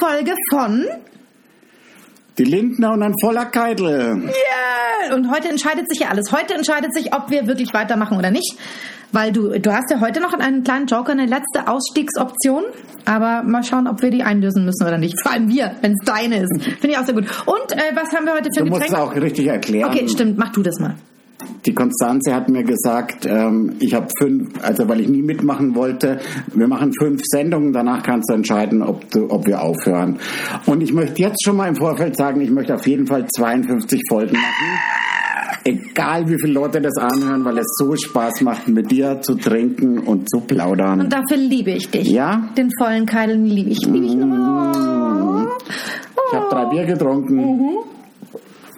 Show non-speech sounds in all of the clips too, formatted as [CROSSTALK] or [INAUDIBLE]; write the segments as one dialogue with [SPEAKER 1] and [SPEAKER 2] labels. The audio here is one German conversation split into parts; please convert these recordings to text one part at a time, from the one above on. [SPEAKER 1] Folge von
[SPEAKER 2] Die Lindner und ein voller Keitel.
[SPEAKER 1] Yeah! Und heute entscheidet sich ja alles. Heute entscheidet sich, ob wir wirklich weitermachen oder nicht. Weil du, du hast ja heute noch einen kleinen Joker, eine letzte Ausstiegsoption. Aber mal schauen, ob wir die einlösen müssen oder nicht. Vor allem wir, wenn es deine ist. Finde ich auch sehr gut. Und äh, was haben wir heute für
[SPEAKER 2] Du
[SPEAKER 1] ein
[SPEAKER 2] musst es
[SPEAKER 1] Getränk?
[SPEAKER 2] auch richtig erklären.
[SPEAKER 1] Okay, stimmt. Mach du das mal.
[SPEAKER 2] Die Konstanze hat mir gesagt, ähm, ich habe fünf, also weil ich nie mitmachen wollte, wir machen fünf Sendungen, danach kannst du entscheiden, ob, du, ob wir aufhören. Und ich möchte jetzt schon mal im Vorfeld sagen, ich möchte auf jeden Fall 52 Folgen machen. Egal wie viele Leute das anhören, weil es so Spaß macht, mit dir zu trinken und zu plaudern.
[SPEAKER 1] Und dafel liebe ich dich.
[SPEAKER 2] Ja? Mm.
[SPEAKER 1] Den vollen Keil liebe ich. Liebe ich nur.
[SPEAKER 2] Ich habe drei Bier getrunken.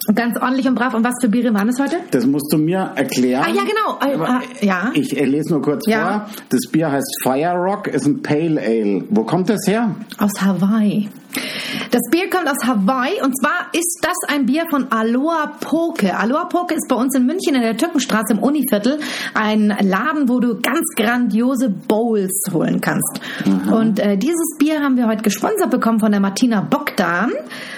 [SPEAKER 1] Und ganz ordentlich und brav. Und was für Biere waren es heute?
[SPEAKER 2] Das musst du mir erklären.
[SPEAKER 1] Ah, ja, genau. Ah,
[SPEAKER 2] Aber
[SPEAKER 1] ah, ja.
[SPEAKER 2] Ich äh, lese nur kurz
[SPEAKER 1] Ja.
[SPEAKER 2] vor. Das Bier heißt Fire Rock, ist ein Pale Ale. Wo kommt das her?
[SPEAKER 1] Aus Hawaii. Das Bier kommt aus Hawaii und zwar ist das ein Bier von Aloha Poke. Aloha Poke ist bei uns in München in der Türkenstraße im Univiertel ein Laden, wo du ganz grandiose Bowls holen kannst.
[SPEAKER 2] Mhm.
[SPEAKER 1] Und äh, dieses Bier haben wir heute gesponsert bekommen von der Martina Bogdan.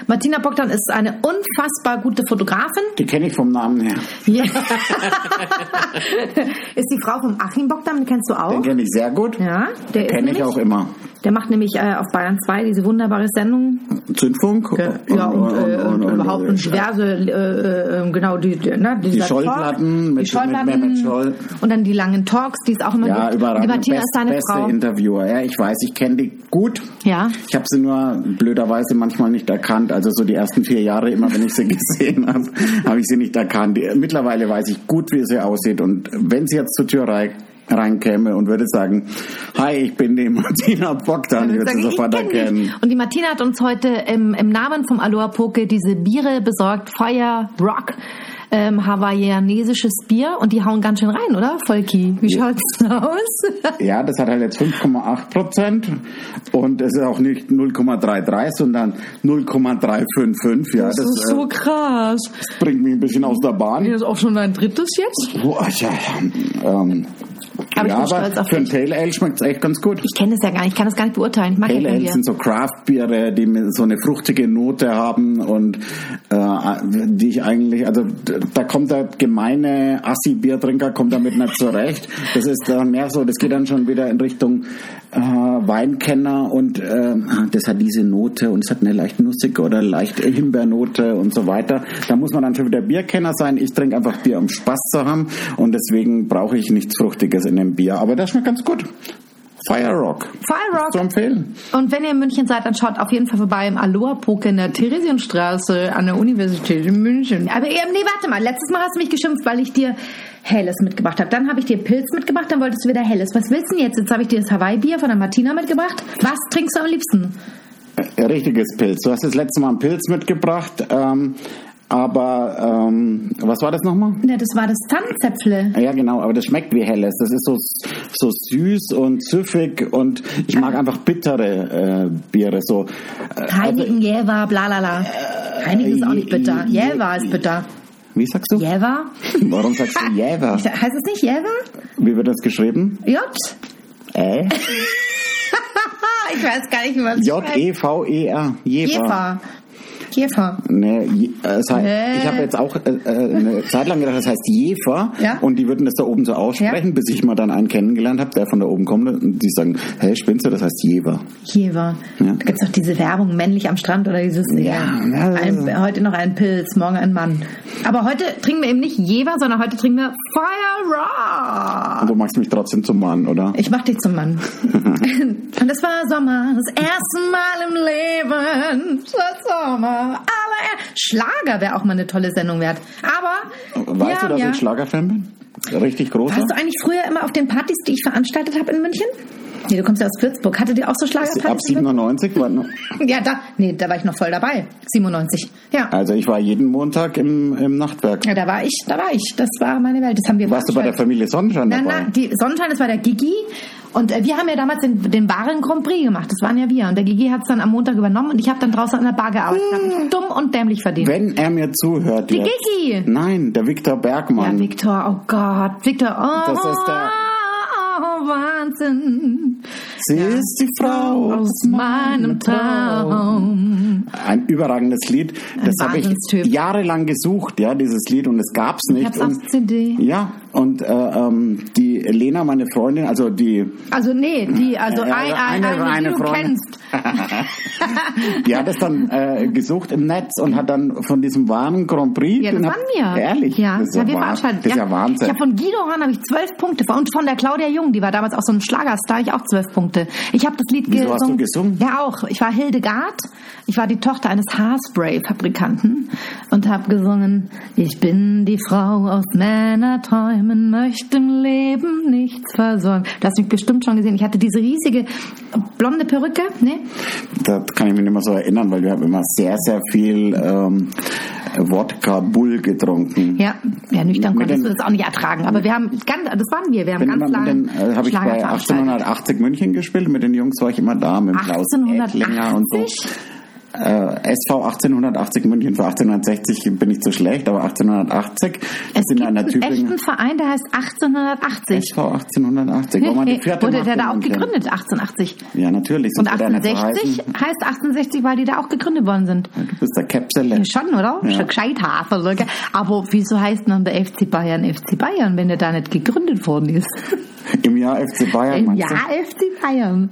[SPEAKER 1] Martina Bogdan ist eine unfassbar gute Fotografin.
[SPEAKER 2] Die kenne ich vom Namen her.
[SPEAKER 1] [LAUGHS] Ja. ist die Frau vom Achim Bogdan, den kennst du auch?
[SPEAKER 2] Den kenne ich sehr gut.
[SPEAKER 1] Oh. Ja, der ist
[SPEAKER 2] Kenne ich
[SPEAKER 1] nämlich-
[SPEAKER 2] auch immer.
[SPEAKER 1] Der macht nämlich äh, auf Bayern 2 diese wunderbare Sendung
[SPEAKER 2] Zündfunk.
[SPEAKER 1] ja, und, äh, und, überhaupt und diverse, äh, äh, genau, die, die, ne, dieser Talk,
[SPEAKER 2] Schallplatten mit-
[SPEAKER 1] die Schallplatten
[SPEAKER 2] mit Mehmet Scholl.
[SPEAKER 1] Und dann die langen Talks, die es auch immer
[SPEAKER 2] Ja,
[SPEAKER 1] gibt. Die
[SPEAKER 2] überragend.
[SPEAKER 1] Martina
[SPEAKER 2] Best,
[SPEAKER 1] ist seine
[SPEAKER 2] beste
[SPEAKER 1] Frau.
[SPEAKER 2] Interviewer. Ja, ich weiß, ich kenne die gut.
[SPEAKER 1] Ja.
[SPEAKER 2] Ich habe sie nur blöderweise manchmal nicht erkannt. Also so die ersten vier Jahre, immer wenn ich sie [LAUGHS] gesehen habe, habe ich sie nicht erkannt. Mittlerweile weiß ich gut, wie sie aussieht. Und wenn sie jetzt zur Tür rein, reinkäme und würde sagen, hi, ich bin die [LAUGHS] Martina Bogdan, ich würde
[SPEAKER 1] Sagen,
[SPEAKER 2] sie sofort
[SPEAKER 1] kenn dich.
[SPEAKER 2] erkennen.
[SPEAKER 1] Und die Martina hat uns heute im, im Namen vom Aloha Poke diese Biere besorgt. Fire Rock, ähm, hawaiianesisches Bier. Und die hauen ganz schön rein, oder, Volki? Wie schaut's [LAUGHS] denn aus?
[SPEAKER 2] Ja, das hat halt jetzt 5,8 Prozent und es ist auch nicht 0,33, sondern 0,355. Ja, das, äh,
[SPEAKER 1] krass.
[SPEAKER 2] bringt mich ein bisschen aus der Bahn.
[SPEAKER 1] ist auch schon dein drittes jetzt?
[SPEAKER 2] Boah, ja, ähm,
[SPEAKER 1] Aber ich bin
[SPEAKER 2] ja,
[SPEAKER 1] stolz
[SPEAKER 2] aber
[SPEAKER 1] auf
[SPEAKER 2] für ein
[SPEAKER 1] dich.
[SPEAKER 2] Pale Ale schmeckt es echt ganz gut.
[SPEAKER 1] Ich kenne das ja gar nicht, ich kann das gar nicht beurteilen. Ich mag ja
[SPEAKER 2] Pale
[SPEAKER 1] kein
[SPEAKER 2] Ale
[SPEAKER 1] Bier.
[SPEAKER 2] sind so Craft-Biere, die mir so eine fruchtige Note haben und äh, die ich eigentlich, also d- da kommt der gemeine Assi-Biertrinker, kommt damit nicht zurecht. Das ist dann mehr so, das geht dann schon wieder in Richtung äh, Weinkenner und äh, das hat diese Note und es hat eine leicht nussige oder leicht Himbeernote und so weiter. Da muss man dann schon wieder Bierkenner sein. Ich trinke einfach Bier, um Spaß zu haben und deswegen brauche ich nichts Fruchtiges in dem Bier. Aber das schmeckt ganz gut. Fire Rock.
[SPEAKER 1] Fire Rock.
[SPEAKER 2] Ist zu empfehlen.
[SPEAKER 1] Und wenn ihr in München seid, dann schaut auf jeden Fall vorbei im Aloha Poke in der Theresienstraße an der Universität in München. Aber eben, nee, warte mal. Letztes Mal hast du mich geschimpft, weil ich dir Helles mitgebracht habe. Dann habe ich dir Pilz mitgebracht, dann wolltest du wieder Helles. Was willst du denn jetzt? Jetzt habe ich dir das Hawaii-Bier von der Martina mitgebracht. Was trinkst du am liebsten?
[SPEAKER 2] Äh, Richtiges Pilz. Du hast das letzte Mal einen Pilz mitgebracht, ähm, aber ähm, was war das nochmal?
[SPEAKER 1] Na, das war das Tannenzäpfle.
[SPEAKER 2] Ja, genau, aber das schmeckt wie helles. Das ist so, so süß und süffig und ich mag einfach bittere äh, Biere. So, äh,
[SPEAKER 1] Heiligen Jäver, bla bla bla. Heiligen ist auch nicht bitter. Jäver ist bitter.
[SPEAKER 2] wie sagst du?
[SPEAKER 1] Jäver?
[SPEAKER 2] Warum sagst du Jäver?
[SPEAKER 1] Heißt es nicht Jäver?
[SPEAKER 2] Wie wird das geschrieben?
[SPEAKER 1] J? [LAUGHS]
[SPEAKER 2] Äh?
[SPEAKER 1] Ich weiß gar nicht, wie man es schreibt.
[SPEAKER 2] E J-E-V-E-R. Jäver.
[SPEAKER 1] Jäfer. Jäfer.
[SPEAKER 2] Nee, je- äh, es heißt,
[SPEAKER 1] Äh.
[SPEAKER 2] Ich habe jetzt auch äh, äh, eine Zeit lang gedacht, das heißt Jefer.
[SPEAKER 1] Ja.
[SPEAKER 2] Und die würden das da oben so aussprechen, bis ich mal dann einen kennengelernt habe, der von da oben kommt. Und die sagen, hey, spinnst du, das heißt Jever.
[SPEAKER 1] Jever.
[SPEAKER 2] Ja.
[SPEAKER 1] Da gibt's doch diese Werbung, männlich am Strand oder dieses.
[SPEAKER 2] Ja, ja.
[SPEAKER 1] Ein, heute noch ein Pilz, morgen ein Mann. Aber heute trinken wir eben nicht Jever, sondern heute trinken wir Fire Rock.
[SPEAKER 2] Und du magst mich trotzdem zum Mann, oder?
[SPEAKER 1] Ich mach dich zum
[SPEAKER 2] [LAUGHS]
[SPEAKER 1] Mann. Und es war Sommer, das erste Mal im Leben. Es war Sommer, aber Schlager wäre auch mal eine tolle Sendung wert. Aber.
[SPEAKER 2] weißt du, dass
[SPEAKER 1] ja.
[SPEAKER 2] ich Schlagerfan bin? Richtig großer?
[SPEAKER 1] Warst du eigentlich früher immer auf den Partys, die ich veranstaltet habe in München? Nee, du kommst ja aus Würzburg. Hattet ihr auch so Schlagerpartys?
[SPEAKER 2] Ab
[SPEAKER 1] in
[SPEAKER 2] 97 war noch,
[SPEAKER 1] Ja, da, nee, da war ich noch voll dabei. 97. Ja.
[SPEAKER 2] Also ich war jeden Montag im, im Nachtwerk.
[SPEAKER 1] ja, da war ich, da war ich. Das war meine Welt. Das haben wir
[SPEAKER 2] Warst du bei der
[SPEAKER 1] veranstaltet.
[SPEAKER 2] Familie Sonnenschein
[SPEAKER 1] Nein,
[SPEAKER 2] dabei?
[SPEAKER 1] nein, die Sonnenschein, das war der Gigi. Und äh, wir haben ja damals den, den wahren Grand Prix gemacht. Das waren ja wir. Und der Gigi hat es dann am Montag übernommen und ich habe dann draußen an der Bar gearbeitet. Ich hab
[SPEAKER 2] Hm.
[SPEAKER 1] mich dumm und dämlich verdient.
[SPEAKER 2] Wenn er mir zuhört
[SPEAKER 1] Die
[SPEAKER 2] jetzt.
[SPEAKER 1] Gigi!
[SPEAKER 2] Nein, der Viktor
[SPEAKER 1] Ja,
[SPEAKER 2] Bergmann.
[SPEAKER 1] Viktor, oh Gott, Viktor, oh,
[SPEAKER 2] Das ist der-
[SPEAKER 1] oh, oh, Wahnsinn.
[SPEAKER 2] Sie ist die
[SPEAKER 1] Oh.
[SPEAKER 2] Frau aus meinem Traum. Ein überragendes Lied. Das habe ich
[SPEAKER 1] Wahnsinnstyp.
[SPEAKER 2] jahrelang gesucht, ja, dieses Lied und es gab's nicht.
[SPEAKER 1] hab's
[SPEAKER 2] und,
[SPEAKER 1] auf CD.
[SPEAKER 2] Ja, und äh, ähm, die Lena, meine Freundin, also die
[SPEAKER 1] Also nee, die, also
[SPEAKER 2] Ja,
[SPEAKER 1] ein, ein,
[SPEAKER 2] eine-
[SPEAKER 1] eine,
[SPEAKER 2] eine
[SPEAKER 1] die du
[SPEAKER 2] Freundin.
[SPEAKER 1] kennst.
[SPEAKER 2] Die hat es dann äh, gesucht im Netz und hat dann von diesem wahren Grand Prix.
[SPEAKER 1] Ja, das
[SPEAKER 2] den hab-
[SPEAKER 1] waren wir.
[SPEAKER 2] genau. Ehrlich?
[SPEAKER 1] Ja,
[SPEAKER 2] das ist
[SPEAKER 1] ja,
[SPEAKER 2] ja,
[SPEAKER 1] wir
[SPEAKER 2] Wah-
[SPEAKER 1] veranstalten.
[SPEAKER 2] Das ist ja, Wahnsinn.
[SPEAKER 1] Ich habe von Guido Hahn habe ich zwölf Punkte und von der Claudia Jung, die war damals auch so ein Schlagerstar, ich auch zwölf Punkte. Ich habe das Lied
[SPEAKER 2] Wieso hast du gesungen?
[SPEAKER 1] Ja auch. Ich war Hildegard. Ich war die Tochter eines Haarspray-Fabrikanten und habe gesungen: Ich bin die Frau aus Männerträumen, möchte im Leben nichts versäumen. Du hast mich bestimmt schon gesehen. Ich hatte diese riesige blonde Perücke, ne?
[SPEAKER 2] Das kann ich mich nicht mehr so erinnern, weil wir haben immer sehr, sehr viel ähm, Wodka Bull getrunken.
[SPEAKER 1] Ja, ja, nüchtern
[SPEAKER 2] Mit
[SPEAKER 1] konntest
[SPEAKER 2] den-
[SPEAKER 1] du das auch nicht ertragen. Aber wir haben ganz, das waren wir, wir haben
[SPEAKER 2] Bin
[SPEAKER 1] ganz
[SPEAKER 2] immer mit
[SPEAKER 1] lange
[SPEAKER 2] den, äh, habe ich bei
[SPEAKER 1] Schlager veranstaltet.
[SPEAKER 2] 1880 München gespielt. Mit den Jungs war ich immer da, mit dem Klaus Ecklinger und so.
[SPEAKER 1] 1880?
[SPEAKER 2] Äh, SV 1880 München für 1860 bin ich zu schlecht, aber 1880
[SPEAKER 1] Es
[SPEAKER 2] sind
[SPEAKER 1] gibt
[SPEAKER 2] in einer
[SPEAKER 1] einen
[SPEAKER 2] Tübingen.
[SPEAKER 1] echten Verein, der heißt 1880.
[SPEAKER 2] SV 1880, wo man oh die vierte
[SPEAKER 1] Wurde
[SPEAKER 2] Macht
[SPEAKER 1] der da auch
[SPEAKER 2] gewinnen kann.
[SPEAKER 1] gegründet, 1880.
[SPEAKER 2] Ja, natürlich.
[SPEAKER 1] Und
[SPEAKER 2] sonst wird er nicht
[SPEAKER 1] 1860
[SPEAKER 2] verreisen.
[SPEAKER 1] heißt 1860, weil die da auch gegründet worden sind.
[SPEAKER 2] Du bist der Käpsele.
[SPEAKER 1] Ja, schon, oder?
[SPEAKER 2] Ja.
[SPEAKER 1] Schon gescheit Hafer, Leute. Aber wieso heißt dann der FC Bayern FC Bayern, wenn der da nicht gegründet worden ist?
[SPEAKER 2] Im Jahr FC Bayern, meinst
[SPEAKER 1] ja, FC Bayern.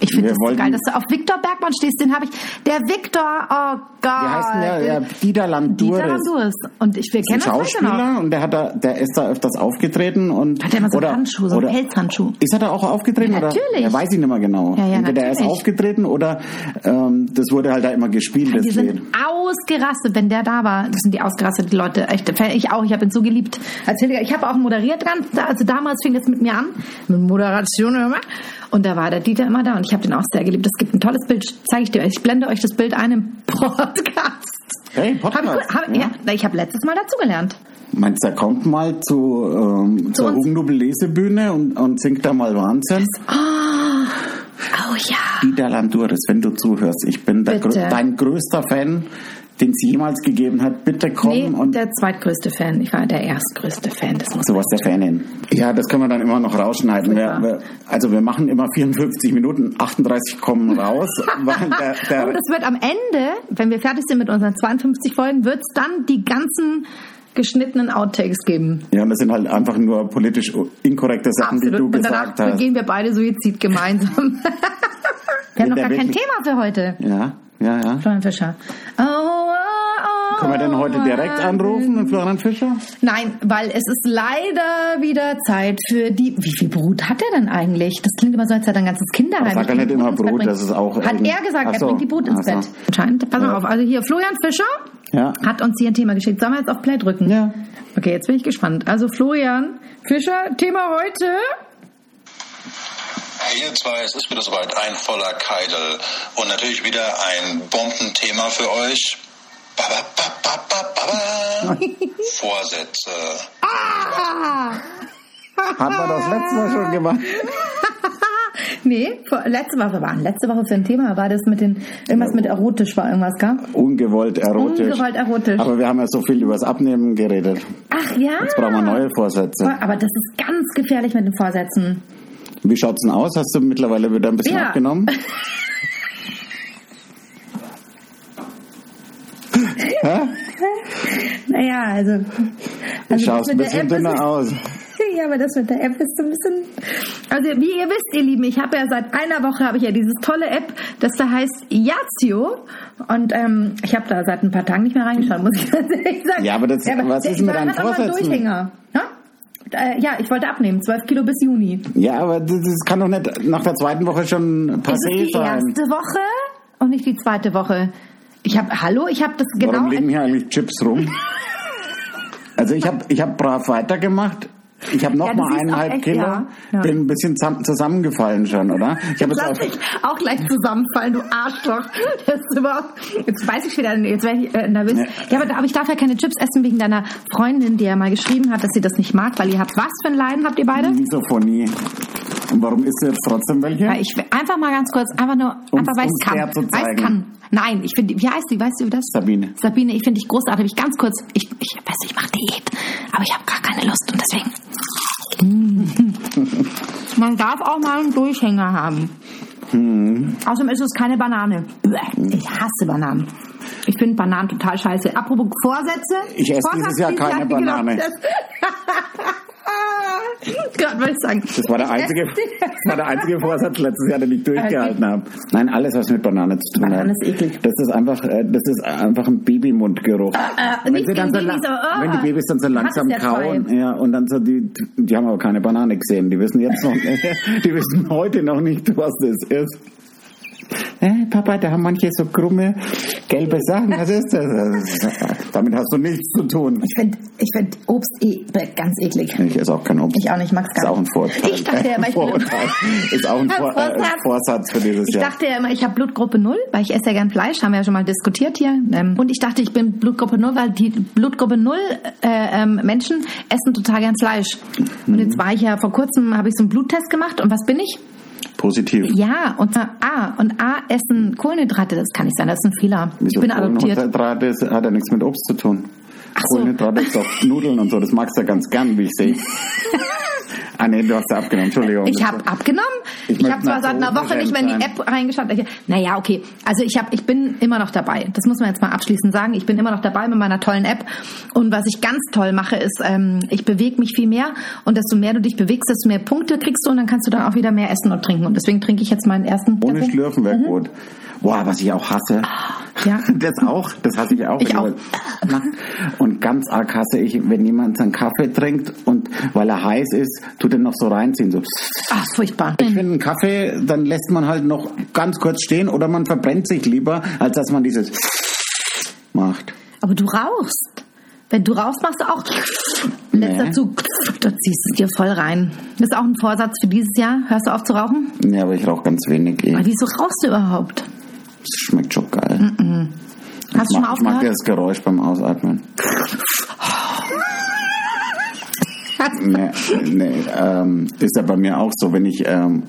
[SPEAKER 1] Ich
[SPEAKER 2] Wir
[SPEAKER 1] finde das so
[SPEAKER 2] wollten-
[SPEAKER 1] geil, dass du auf Viktor Bergmann stehst, den habe ich. Der Viktor, oh Gott.
[SPEAKER 2] du? Wie heißt denn der? der Dieter
[SPEAKER 1] Dieter
[SPEAKER 2] Landures.
[SPEAKER 1] Landurs. Und ich, wir
[SPEAKER 2] Ein
[SPEAKER 1] kennen das heute noch.
[SPEAKER 2] Schauspieler und der hat da, der ist da öfters aufgetreten und
[SPEAKER 1] Hat er immer so
[SPEAKER 2] oder,
[SPEAKER 1] einen Handschuh, so einen
[SPEAKER 2] oder-
[SPEAKER 1] Pelzhandschuh.
[SPEAKER 2] Ist er da auch aufgetreten?
[SPEAKER 1] Ja,
[SPEAKER 2] Oder?
[SPEAKER 1] natürlich.
[SPEAKER 2] Ja, weiß ich nicht mehr genau.
[SPEAKER 1] Ja, ja,
[SPEAKER 2] Entweder er ist
[SPEAKER 1] natürlich.
[SPEAKER 2] aufgetreten oder ähm, das wurde halt da immer gespielt, das
[SPEAKER 1] Die sind
[SPEAKER 2] Lied.
[SPEAKER 1] ausgerastet, wenn der da war. Das sind die ausgerastet, die Leute. Echt, ich auch. Ich habe ihn so geliebt. Als Hildegard. Ich habe auch moderiert ganz. Also damals fing das mit mir an. Mit Moderation immer. Und da war der Dieter immer da und ich habe den auch sehr geliebt. Es gibt ein tolles Bild, zeige ich dir. Ich blende euch das Bild ein im [LAUGHS] Podcast.
[SPEAKER 2] Hey,
[SPEAKER 1] Hab ich,
[SPEAKER 2] Podcast.
[SPEAKER 1] hab, ja. ich habe letztes Mal dazugelernt.
[SPEAKER 2] Meinst du, er kommt mal zu, ähm, zur
[SPEAKER 1] uns.
[SPEAKER 2] Hugendubel-Lesebühne und, und singt da mal Wahnsinn? Ah.
[SPEAKER 1] Oh ja.
[SPEAKER 2] Dieter Landures, wenn du zuhörst, ich bin der
[SPEAKER 1] Bitte.
[SPEAKER 2] grö dein größter Fan, den es jemals gegeben hat. Bitte komm
[SPEAKER 1] Nee,
[SPEAKER 2] und
[SPEAKER 1] der zweitgrößte Fan. Ich war der erstgrößte Fan. Das muss
[SPEAKER 2] sowas der Fanin. Ja, das können wir dann immer noch rausschneiden. Wir,
[SPEAKER 1] Furchtbar.
[SPEAKER 2] wir, also wir machen immer 54 Minuten, 38 kommen
[SPEAKER 1] [LAUGHS]
[SPEAKER 2] raus. weil der,
[SPEAKER 1] Und
[SPEAKER 2] der,
[SPEAKER 1] es wird am Ende, wenn wir fertig sind mit unseren 52 Folgen, wird es dann die ganzen geschnittenen Outtakes geben.
[SPEAKER 2] ja, und das sind halt einfach nur politisch inkorrekte Sachen, die du
[SPEAKER 1] Und danach
[SPEAKER 2] gesagt hast.
[SPEAKER 1] begehen wir beide Suizid
[SPEAKER 2] [LAUGHS]
[SPEAKER 1] gemeinsam. wir haben noch
[SPEAKER 2] der
[SPEAKER 1] gar kein
[SPEAKER 2] wirklich-
[SPEAKER 1] Thema für heute.
[SPEAKER 2] Ja, ja, ja.
[SPEAKER 1] Florian Fischer. Oh, oh, oh,
[SPEAKER 2] Können wir denn heute direkt anrufen, den Florian Fischer?
[SPEAKER 1] Nein, weil es ist leider wieder Zeit für die. Wie viel Brot hat er denn eigentlich? Das klingt immer so, als hätte er ein ganzes Kinderheim.
[SPEAKER 2] sagt er
[SPEAKER 1] Ich
[SPEAKER 2] nicht
[SPEAKER 1] bringe
[SPEAKER 2] immer
[SPEAKER 1] ins Bett
[SPEAKER 2] Brot,
[SPEAKER 1] bringen.
[SPEAKER 2] das ist auch
[SPEAKER 1] Hat
[SPEAKER 2] irgend-
[SPEAKER 1] er gesagt,
[SPEAKER 2] Ach
[SPEAKER 1] er
[SPEAKER 2] so,
[SPEAKER 1] bringt die Brot ins
[SPEAKER 2] ach so.
[SPEAKER 1] Bett. Anscheinend. Pass mal auf. Also hier, Florian Fischer
[SPEAKER 2] Ja.
[SPEAKER 1] hat uns hier ein Thema geschickt. Sollen wir jetzt auf Play drücken?
[SPEAKER 2] Ja.
[SPEAKER 1] Okay, jetzt bin ich gespannt. Also Florian Fischer, Thema heute.
[SPEAKER 3] Hey ihr zwei, es ist wieder soweit, ein voller Keidel. Und natürlich wieder ein Bombenthema für euch. Ba, ba, ba, ba, ba, ba, ba. Vorsätze.
[SPEAKER 1] Ah!
[SPEAKER 2] Haben wir das letzte Mal schon gemacht.
[SPEAKER 1] Nee, vor, letzte Woche war letzte Woche für ein Thema war das mit den irgendwas mit erotisch war irgendwas, gell?
[SPEAKER 2] Ungewollt erotisch.
[SPEAKER 1] Ungewollt erotisch.
[SPEAKER 2] Aber wir haben ja so viel über das Abnehmen geredet.
[SPEAKER 1] Ach ja.
[SPEAKER 2] Jetzt brauchen wir neue Vorsätze.
[SPEAKER 1] Aber das ist ganz gefährlich mit den Vorsätzen.
[SPEAKER 2] Wie schaut's denn aus? Hast du mittlerweile wieder ein bisschen
[SPEAKER 1] Ja. [LAUGHS]
[SPEAKER 2] abgenommen?
[SPEAKER 1] Naja, also.
[SPEAKER 2] Du
[SPEAKER 1] also
[SPEAKER 2] schaust ein bisschen dünner aus.
[SPEAKER 1] [LAUGHS] Ja, aber das mit der App ist so ein bisschen. Also wie ihr wisst, ihr Lieben, ich habe ja seit einer Woche habe ich ja dieses tolle App, das da heißt Yazio. Und ähm, ich habe da seit ein paar Tagen nicht mehr reingeschaut, muss ich [LAUGHS] ganz ehrlich sagen.
[SPEAKER 2] Ja, aber das- was ist mit
[SPEAKER 1] ich war-
[SPEAKER 2] deinen
[SPEAKER 1] hatte aber einen
[SPEAKER 2] Vorsätzen?
[SPEAKER 1] Durchhänger. Ja? Äh, ja, ich wollte abnehmen, 12 Kilo bis Juni.
[SPEAKER 2] Ja, aber das das kann doch nicht nach der zweiten Woche schon
[SPEAKER 1] Es ist
[SPEAKER 2] passé
[SPEAKER 1] die
[SPEAKER 2] sein.
[SPEAKER 1] erste Woche und nicht die zweite Woche. Ich habe, hallo, ich habe das genau.
[SPEAKER 2] Warum liegen hier eigentlich Chips rum? also ich habe ich hab brav weitergemacht. Ich habe noch
[SPEAKER 1] Ja, du
[SPEAKER 2] mal
[SPEAKER 1] siehst auch
[SPEAKER 2] eineinhalb
[SPEAKER 1] echt,
[SPEAKER 2] Kilo.
[SPEAKER 1] ja. Ja.
[SPEAKER 2] Bin ein bisschen zam- zusammengefallen schon, oder? Ich habe jetzt
[SPEAKER 1] Lass
[SPEAKER 2] auch
[SPEAKER 1] dich auch gleich zusammenfallen, du Arschloch. Das ist überhaupt, jetzt weiß ich wieder, jetzt werde ich äh, nervös. Ja, aber, aber ich darf ja keine Chips essen wegen deiner Freundin, die ja mal geschrieben hat, dass sie das nicht mag, weil ihr habt was für ein Leiden habt ihr beide?
[SPEAKER 2] Misophonie. Und warum ist jetzt trotzdem welche?
[SPEAKER 1] Weil ich einfach mal ganz kurz, einfach nur,
[SPEAKER 2] Mhm. Um-
[SPEAKER 1] einfach weil
[SPEAKER 2] um
[SPEAKER 1] es kann.
[SPEAKER 2] fair zu
[SPEAKER 1] Weil
[SPEAKER 2] zeigen.
[SPEAKER 1] es kann. Nein, ich finde, wie heißt die, weißt du wie das?
[SPEAKER 2] Sabine.
[SPEAKER 1] Sabine, ich finde dich großartig. Ich ganz kurz, ich,
[SPEAKER 2] [LAUGHS]
[SPEAKER 1] ich weiß, ich mache Diät, aber ich habe gar keine Lust und deswegen. Man darf auch mal einen Durchhänger haben.
[SPEAKER 2] Mhm.
[SPEAKER 1] Außerdem ist es keine Banane. Ich hasse Bananen. Ich finde Bananen total scheiße. Apropos Vorsätze.
[SPEAKER 2] Ich esse
[SPEAKER 1] Vorsatz-
[SPEAKER 2] dieses Jahr keine
[SPEAKER 1] Ja, genau.
[SPEAKER 2] Banane.
[SPEAKER 1] [LAUGHS] Gerade wollte ich sagen.
[SPEAKER 2] Das war, der einzige, das war der einzige Vorsatz letztes Jahr, den ich durchgehalten habe. Nein, alles, was mit Banane zu tun hat.
[SPEAKER 1] Banane ist eklig.
[SPEAKER 2] Das ist einfach, äh, das ist einfach ein Babymundgeruch.
[SPEAKER 1] äh, nicht gegen
[SPEAKER 2] so
[SPEAKER 1] Babys,
[SPEAKER 2] la-
[SPEAKER 1] aber, oh,
[SPEAKER 2] wenn die Babys dann so
[SPEAKER 1] man hat
[SPEAKER 2] langsam
[SPEAKER 1] es ja
[SPEAKER 2] kauen, ja, und dann so, die, die haben aber keine Banane gesehen. Die wissen jetzt noch, [LAUGHS] die wissen heute noch nicht, was das ist. Äh, Papa, da haben manche so krumme, gelbe Sachen. Was ist das? [LAUGHS] Damit hast du nichts zu tun.
[SPEAKER 1] Ich finde ich find Obst eh bäh, ganz eklig.
[SPEAKER 2] Ich esse auch kein Obst.
[SPEAKER 1] Ich auch nicht, mag's
[SPEAKER 2] Ist
[SPEAKER 1] gar
[SPEAKER 2] auch ein
[SPEAKER 1] nicht.
[SPEAKER 2] Vorurteil.
[SPEAKER 1] Ich dachte ja immer, ich bin-
[SPEAKER 2] Vorurteil. Ist auch ein Vor Vorsatz.
[SPEAKER 1] Vorsatz.
[SPEAKER 2] Äh, Vorsatz für dieses
[SPEAKER 1] Ich
[SPEAKER 2] Jahr.
[SPEAKER 1] dachte ja immer, ich habe Blutgruppe 0, weil ich esse ja gern Fleisch, haben wir ja schon mal diskutiert hier. Ähm, Und ich dachte, ich bin Blutgruppe 0, weil die Blutgruppe 0 äh, ähm, Menschen essen total gern Fleisch. Und jetzt war ich ja vor kurzem, habe ich so einen Bluttest gemacht und was bin ich?
[SPEAKER 2] Positiv.
[SPEAKER 1] Ja, und zwar A. Und A essen Kohlenhydrate, das kann nicht sein, das ist ein Fehler.
[SPEAKER 2] Wieso
[SPEAKER 1] Ich bin adoptiert.
[SPEAKER 2] Kohlenhydrate ist- hat ja nichts mit Obst zu tun.
[SPEAKER 1] so.
[SPEAKER 2] Kohlenhydrate
[SPEAKER 1] [LAUGHS]
[SPEAKER 2] ist doch Nudeln und so. Das magst du ja ganz gern, wie ich sehe. ah nee, du hast ja abgenommen. Entschuldigung.
[SPEAKER 1] Ich habe abgenommen.
[SPEAKER 2] Ich
[SPEAKER 1] Ich,
[SPEAKER 2] möchte
[SPEAKER 1] habe zwar
[SPEAKER 2] nach
[SPEAKER 1] seit einer
[SPEAKER 2] oben
[SPEAKER 1] Woche nicht mehr in die
[SPEAKER 2] sein.
[SPEAKER 1] App reingeschaut. Ich- Naja, okay. Also ich habe, ich bin immer noch dabei. Das muss man jetzt mal abschließend sagen. Ich bin immer noch dabei mit meiner tollen App. Und was ich ganz toll mache, ist, ähm, ich bewege mich viel mehr. Und desto mehr du dich bewegst, desto mehr Punkte kriegst du. Und dann kannst du dann auch wieder mehr essen und trinken. Und deswegen trinke ich jetzt meinen ersten.
[SPEAKER 2] Ohne
[SPEAKER 1] Kaffee.
[SPEAKER 2] Schlürfen wäre gut. Boah, was ich auch hasse.
[SPEAKER 1] Ja.
[SPEAKER 2] Das auch, das hasse ich auch.
[SPEAKER 1] Ah. Ich auch.
[SPEAKER 2] Und ganz arg hasse ich, wenn jemand seinen Kaffee trinkt und weil er heiß ist, tut er noch so reinziehen. So.
[SPEAKER 1] Ach, ist furchtbar.
[SPEAKER 2] Ich finde, einen Kaffee, dann lässt man halt noch ganz kurz stehen oder man verbrennt sich lieber, als dass man dieses macht.
[SPEAKER 1] Aber du rauchst. Wenn du rauchst, machst du auch. Letzter
[SPEAKER 2] Nee.
[SPEAKER 1] Zug. Du ziehst es dir voll rein. Das ist auch ein Vorsatz für dieses Jahr. Hörst du auf zu rauchen?
[SPEAKER 2] Ja, aber ich rauche ganz wenig. eh.
[SPEAKER 1] Aber wieso rauchst du überhaupt?
[SPEAKER 2] Das schmeckt schon geil.
[SPEAKER 1] Hast du
[SPEAKER 2] Ich
[SPEAKER 1] schon mal
[SPEAKER 2] mag, ich mag
[SPEAKER 1] aufgehört?
[SPEAKER 2] das Geräusch beim Ausatmen. Nee, nee, ähm, ist ja bei mir auch so, wenn ich, ähm,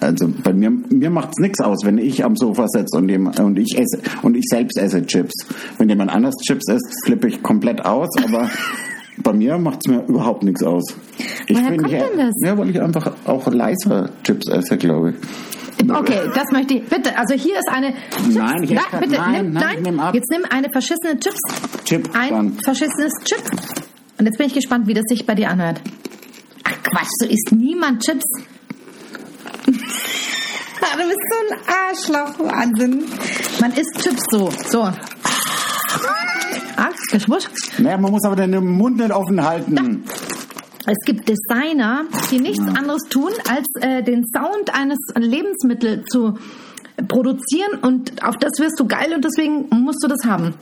[SPEAKER 2] also bei mir, mir macht's nix aus, wenn ich am Sofa sitze und, jem- und ich esse, und ich selbst esse Chips. Wenn jemand anders Chips isst, flippe ich komplett aus, aber
[SPEAKER 1] [LAUGHS]
[SPEAKER 2] bei mir macht's mir überhaupt nichts aus. Ich
[SPEAKER 1] Woher
[SPEAKER 2] find,
[SPEAKER 1] kommt
[SPEAKER 2] ich,
[SPEAKER 1] denn das?
[SPEAKER 2] Ja, weil ich einfach auch leiser Chips esse, glaube ich.
[SPEAKER 1] Äh, Okay, das möchte ich. Bitte, also hier ist eine. Chips.
[SPEAKER 2] Nein, ich esse kein-
[SPEAKER 1] bitte,
[SPEAKER 2] nein,
[SPEAKER 1] nimm,
[SPEAKER 2] nein, ich nehm ab.
[SPEAKER 1] Jetzt nimm eine verschissene Chips.
[SPEAKER 2] Chip,
[SPEAKER 1] Ein
[SPEAKER 2] dann.
[SPEAKER 1] verschissenes Chip. Und jetzt bin ich gespannt, wie das sich bei dir anhört. Ach Quatsch, so isst niemand Chips. [LAUGHS] Ah, du bist so ein Arschloch, Wahnsinn. Man isst Chips so. So. Ah, geschwusch.
[SPEAKER 2] Naja, man muss aber den Mund nicht offen
[SPEAKER 1] [LAUGHS]
[SPEAKER 2] halten.
[SPEAKER 1] Es gibt Designer, die nichts anderes tun, als äh, den Sound eines Lebensmittels zu produzieren und auf das wirst du geil und deswegen musst du das haben.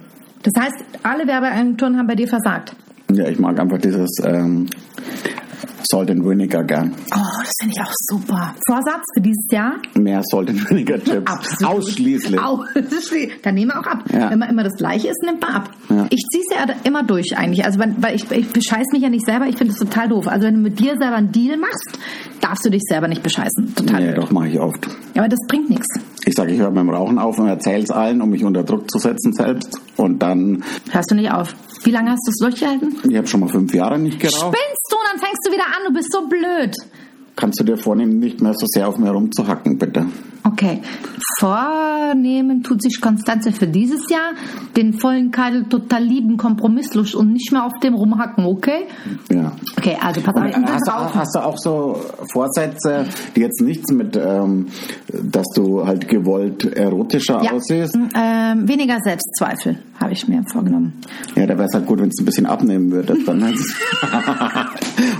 [SPEAKER 1] Das heißt, alle Werbeagenturen haben bei dir versagt.
[SPEAKER 2] Ja, ich mag einfach dieses ähm, Salt and Vinegar gern.
[SPEAKER 1] Oh, das finde ich auch super. Vorsatz für dieses Jahr?
[SPEAKER 2] Mehr Salt and Vinegar Chips.
[SPEAKER 1] Absolut.
[SPEAKER 2] Ausschließlich.
[SPEAKER 1] Au, [LAUGHS] das steht- dann nehmen wir auch ab.
[SPEAKER 2] Ja.
[SPEAKER 1] Wenn man immer das Gleiche isst, nimmt man ab.
[SPEAKER 2] Ja.
[SPEAKER 1] Ich ziehe es ja immer durch eigentlich. Also wenn, weil ich, ich bescheiß mich ja nicht selber. Ich finde es total doof. Also wenn du mit dir selber einen Deal machst, darfst du dich selber nicht bescheißen. Total.
[SPEAKER 2] Nee, doch mache ich oft.
[SPEAKER 1] Ja, aber das bringt nichts.
[SPEAKER 2] Ich sage, ich höre beim Rauchen auf und erzähle es allen, um mich unter Druck zu setzen selbst. Und dann,
[SPEAKER 1] Hörst du nicht auf. Wie lange hast du es durchgehalten?
[SPEAKER 2] ich habe schon mal fünf Jahre nicht geraucht.
[SPEAKER 1] Spinnst du, dann fängst du wieder an, du bist so blöd.
[SPEAKER 2] Kannst du dir vornehmen, nicht mehr so sehr auf mir rumzuhacken, bitte?
[SPEAKER 1] Okay, vornehmen tut sich Konstanze für dieses Jahr den vollen Keidel total lieben, kompromisslos und nicht mehr auf dem rumhacken, okay?
[SPEAKER 2] Ja.
[SPEAKER 1] Okay, also pass auf, ich muss
[SPEAKER 2] hast, du auch,
[SPEAKER 1] rauchen.
[SPEAKER 2] hast du auch so Vorsätze, die jetzt nichts mit, ähm, dass du halt gewollt erotischer
[SPEAKER 1] Ja.
[SPEAKER 2] aussiehst?
[SPEAKER 1] Ähm, weniger Selbstzweifel habe ich mir vorgenommen.
[SPEAKER 2] Ja, da wäre es halt gut, wenn es ein bisschen abnehmen würde. Dann ne? [LAUGHS]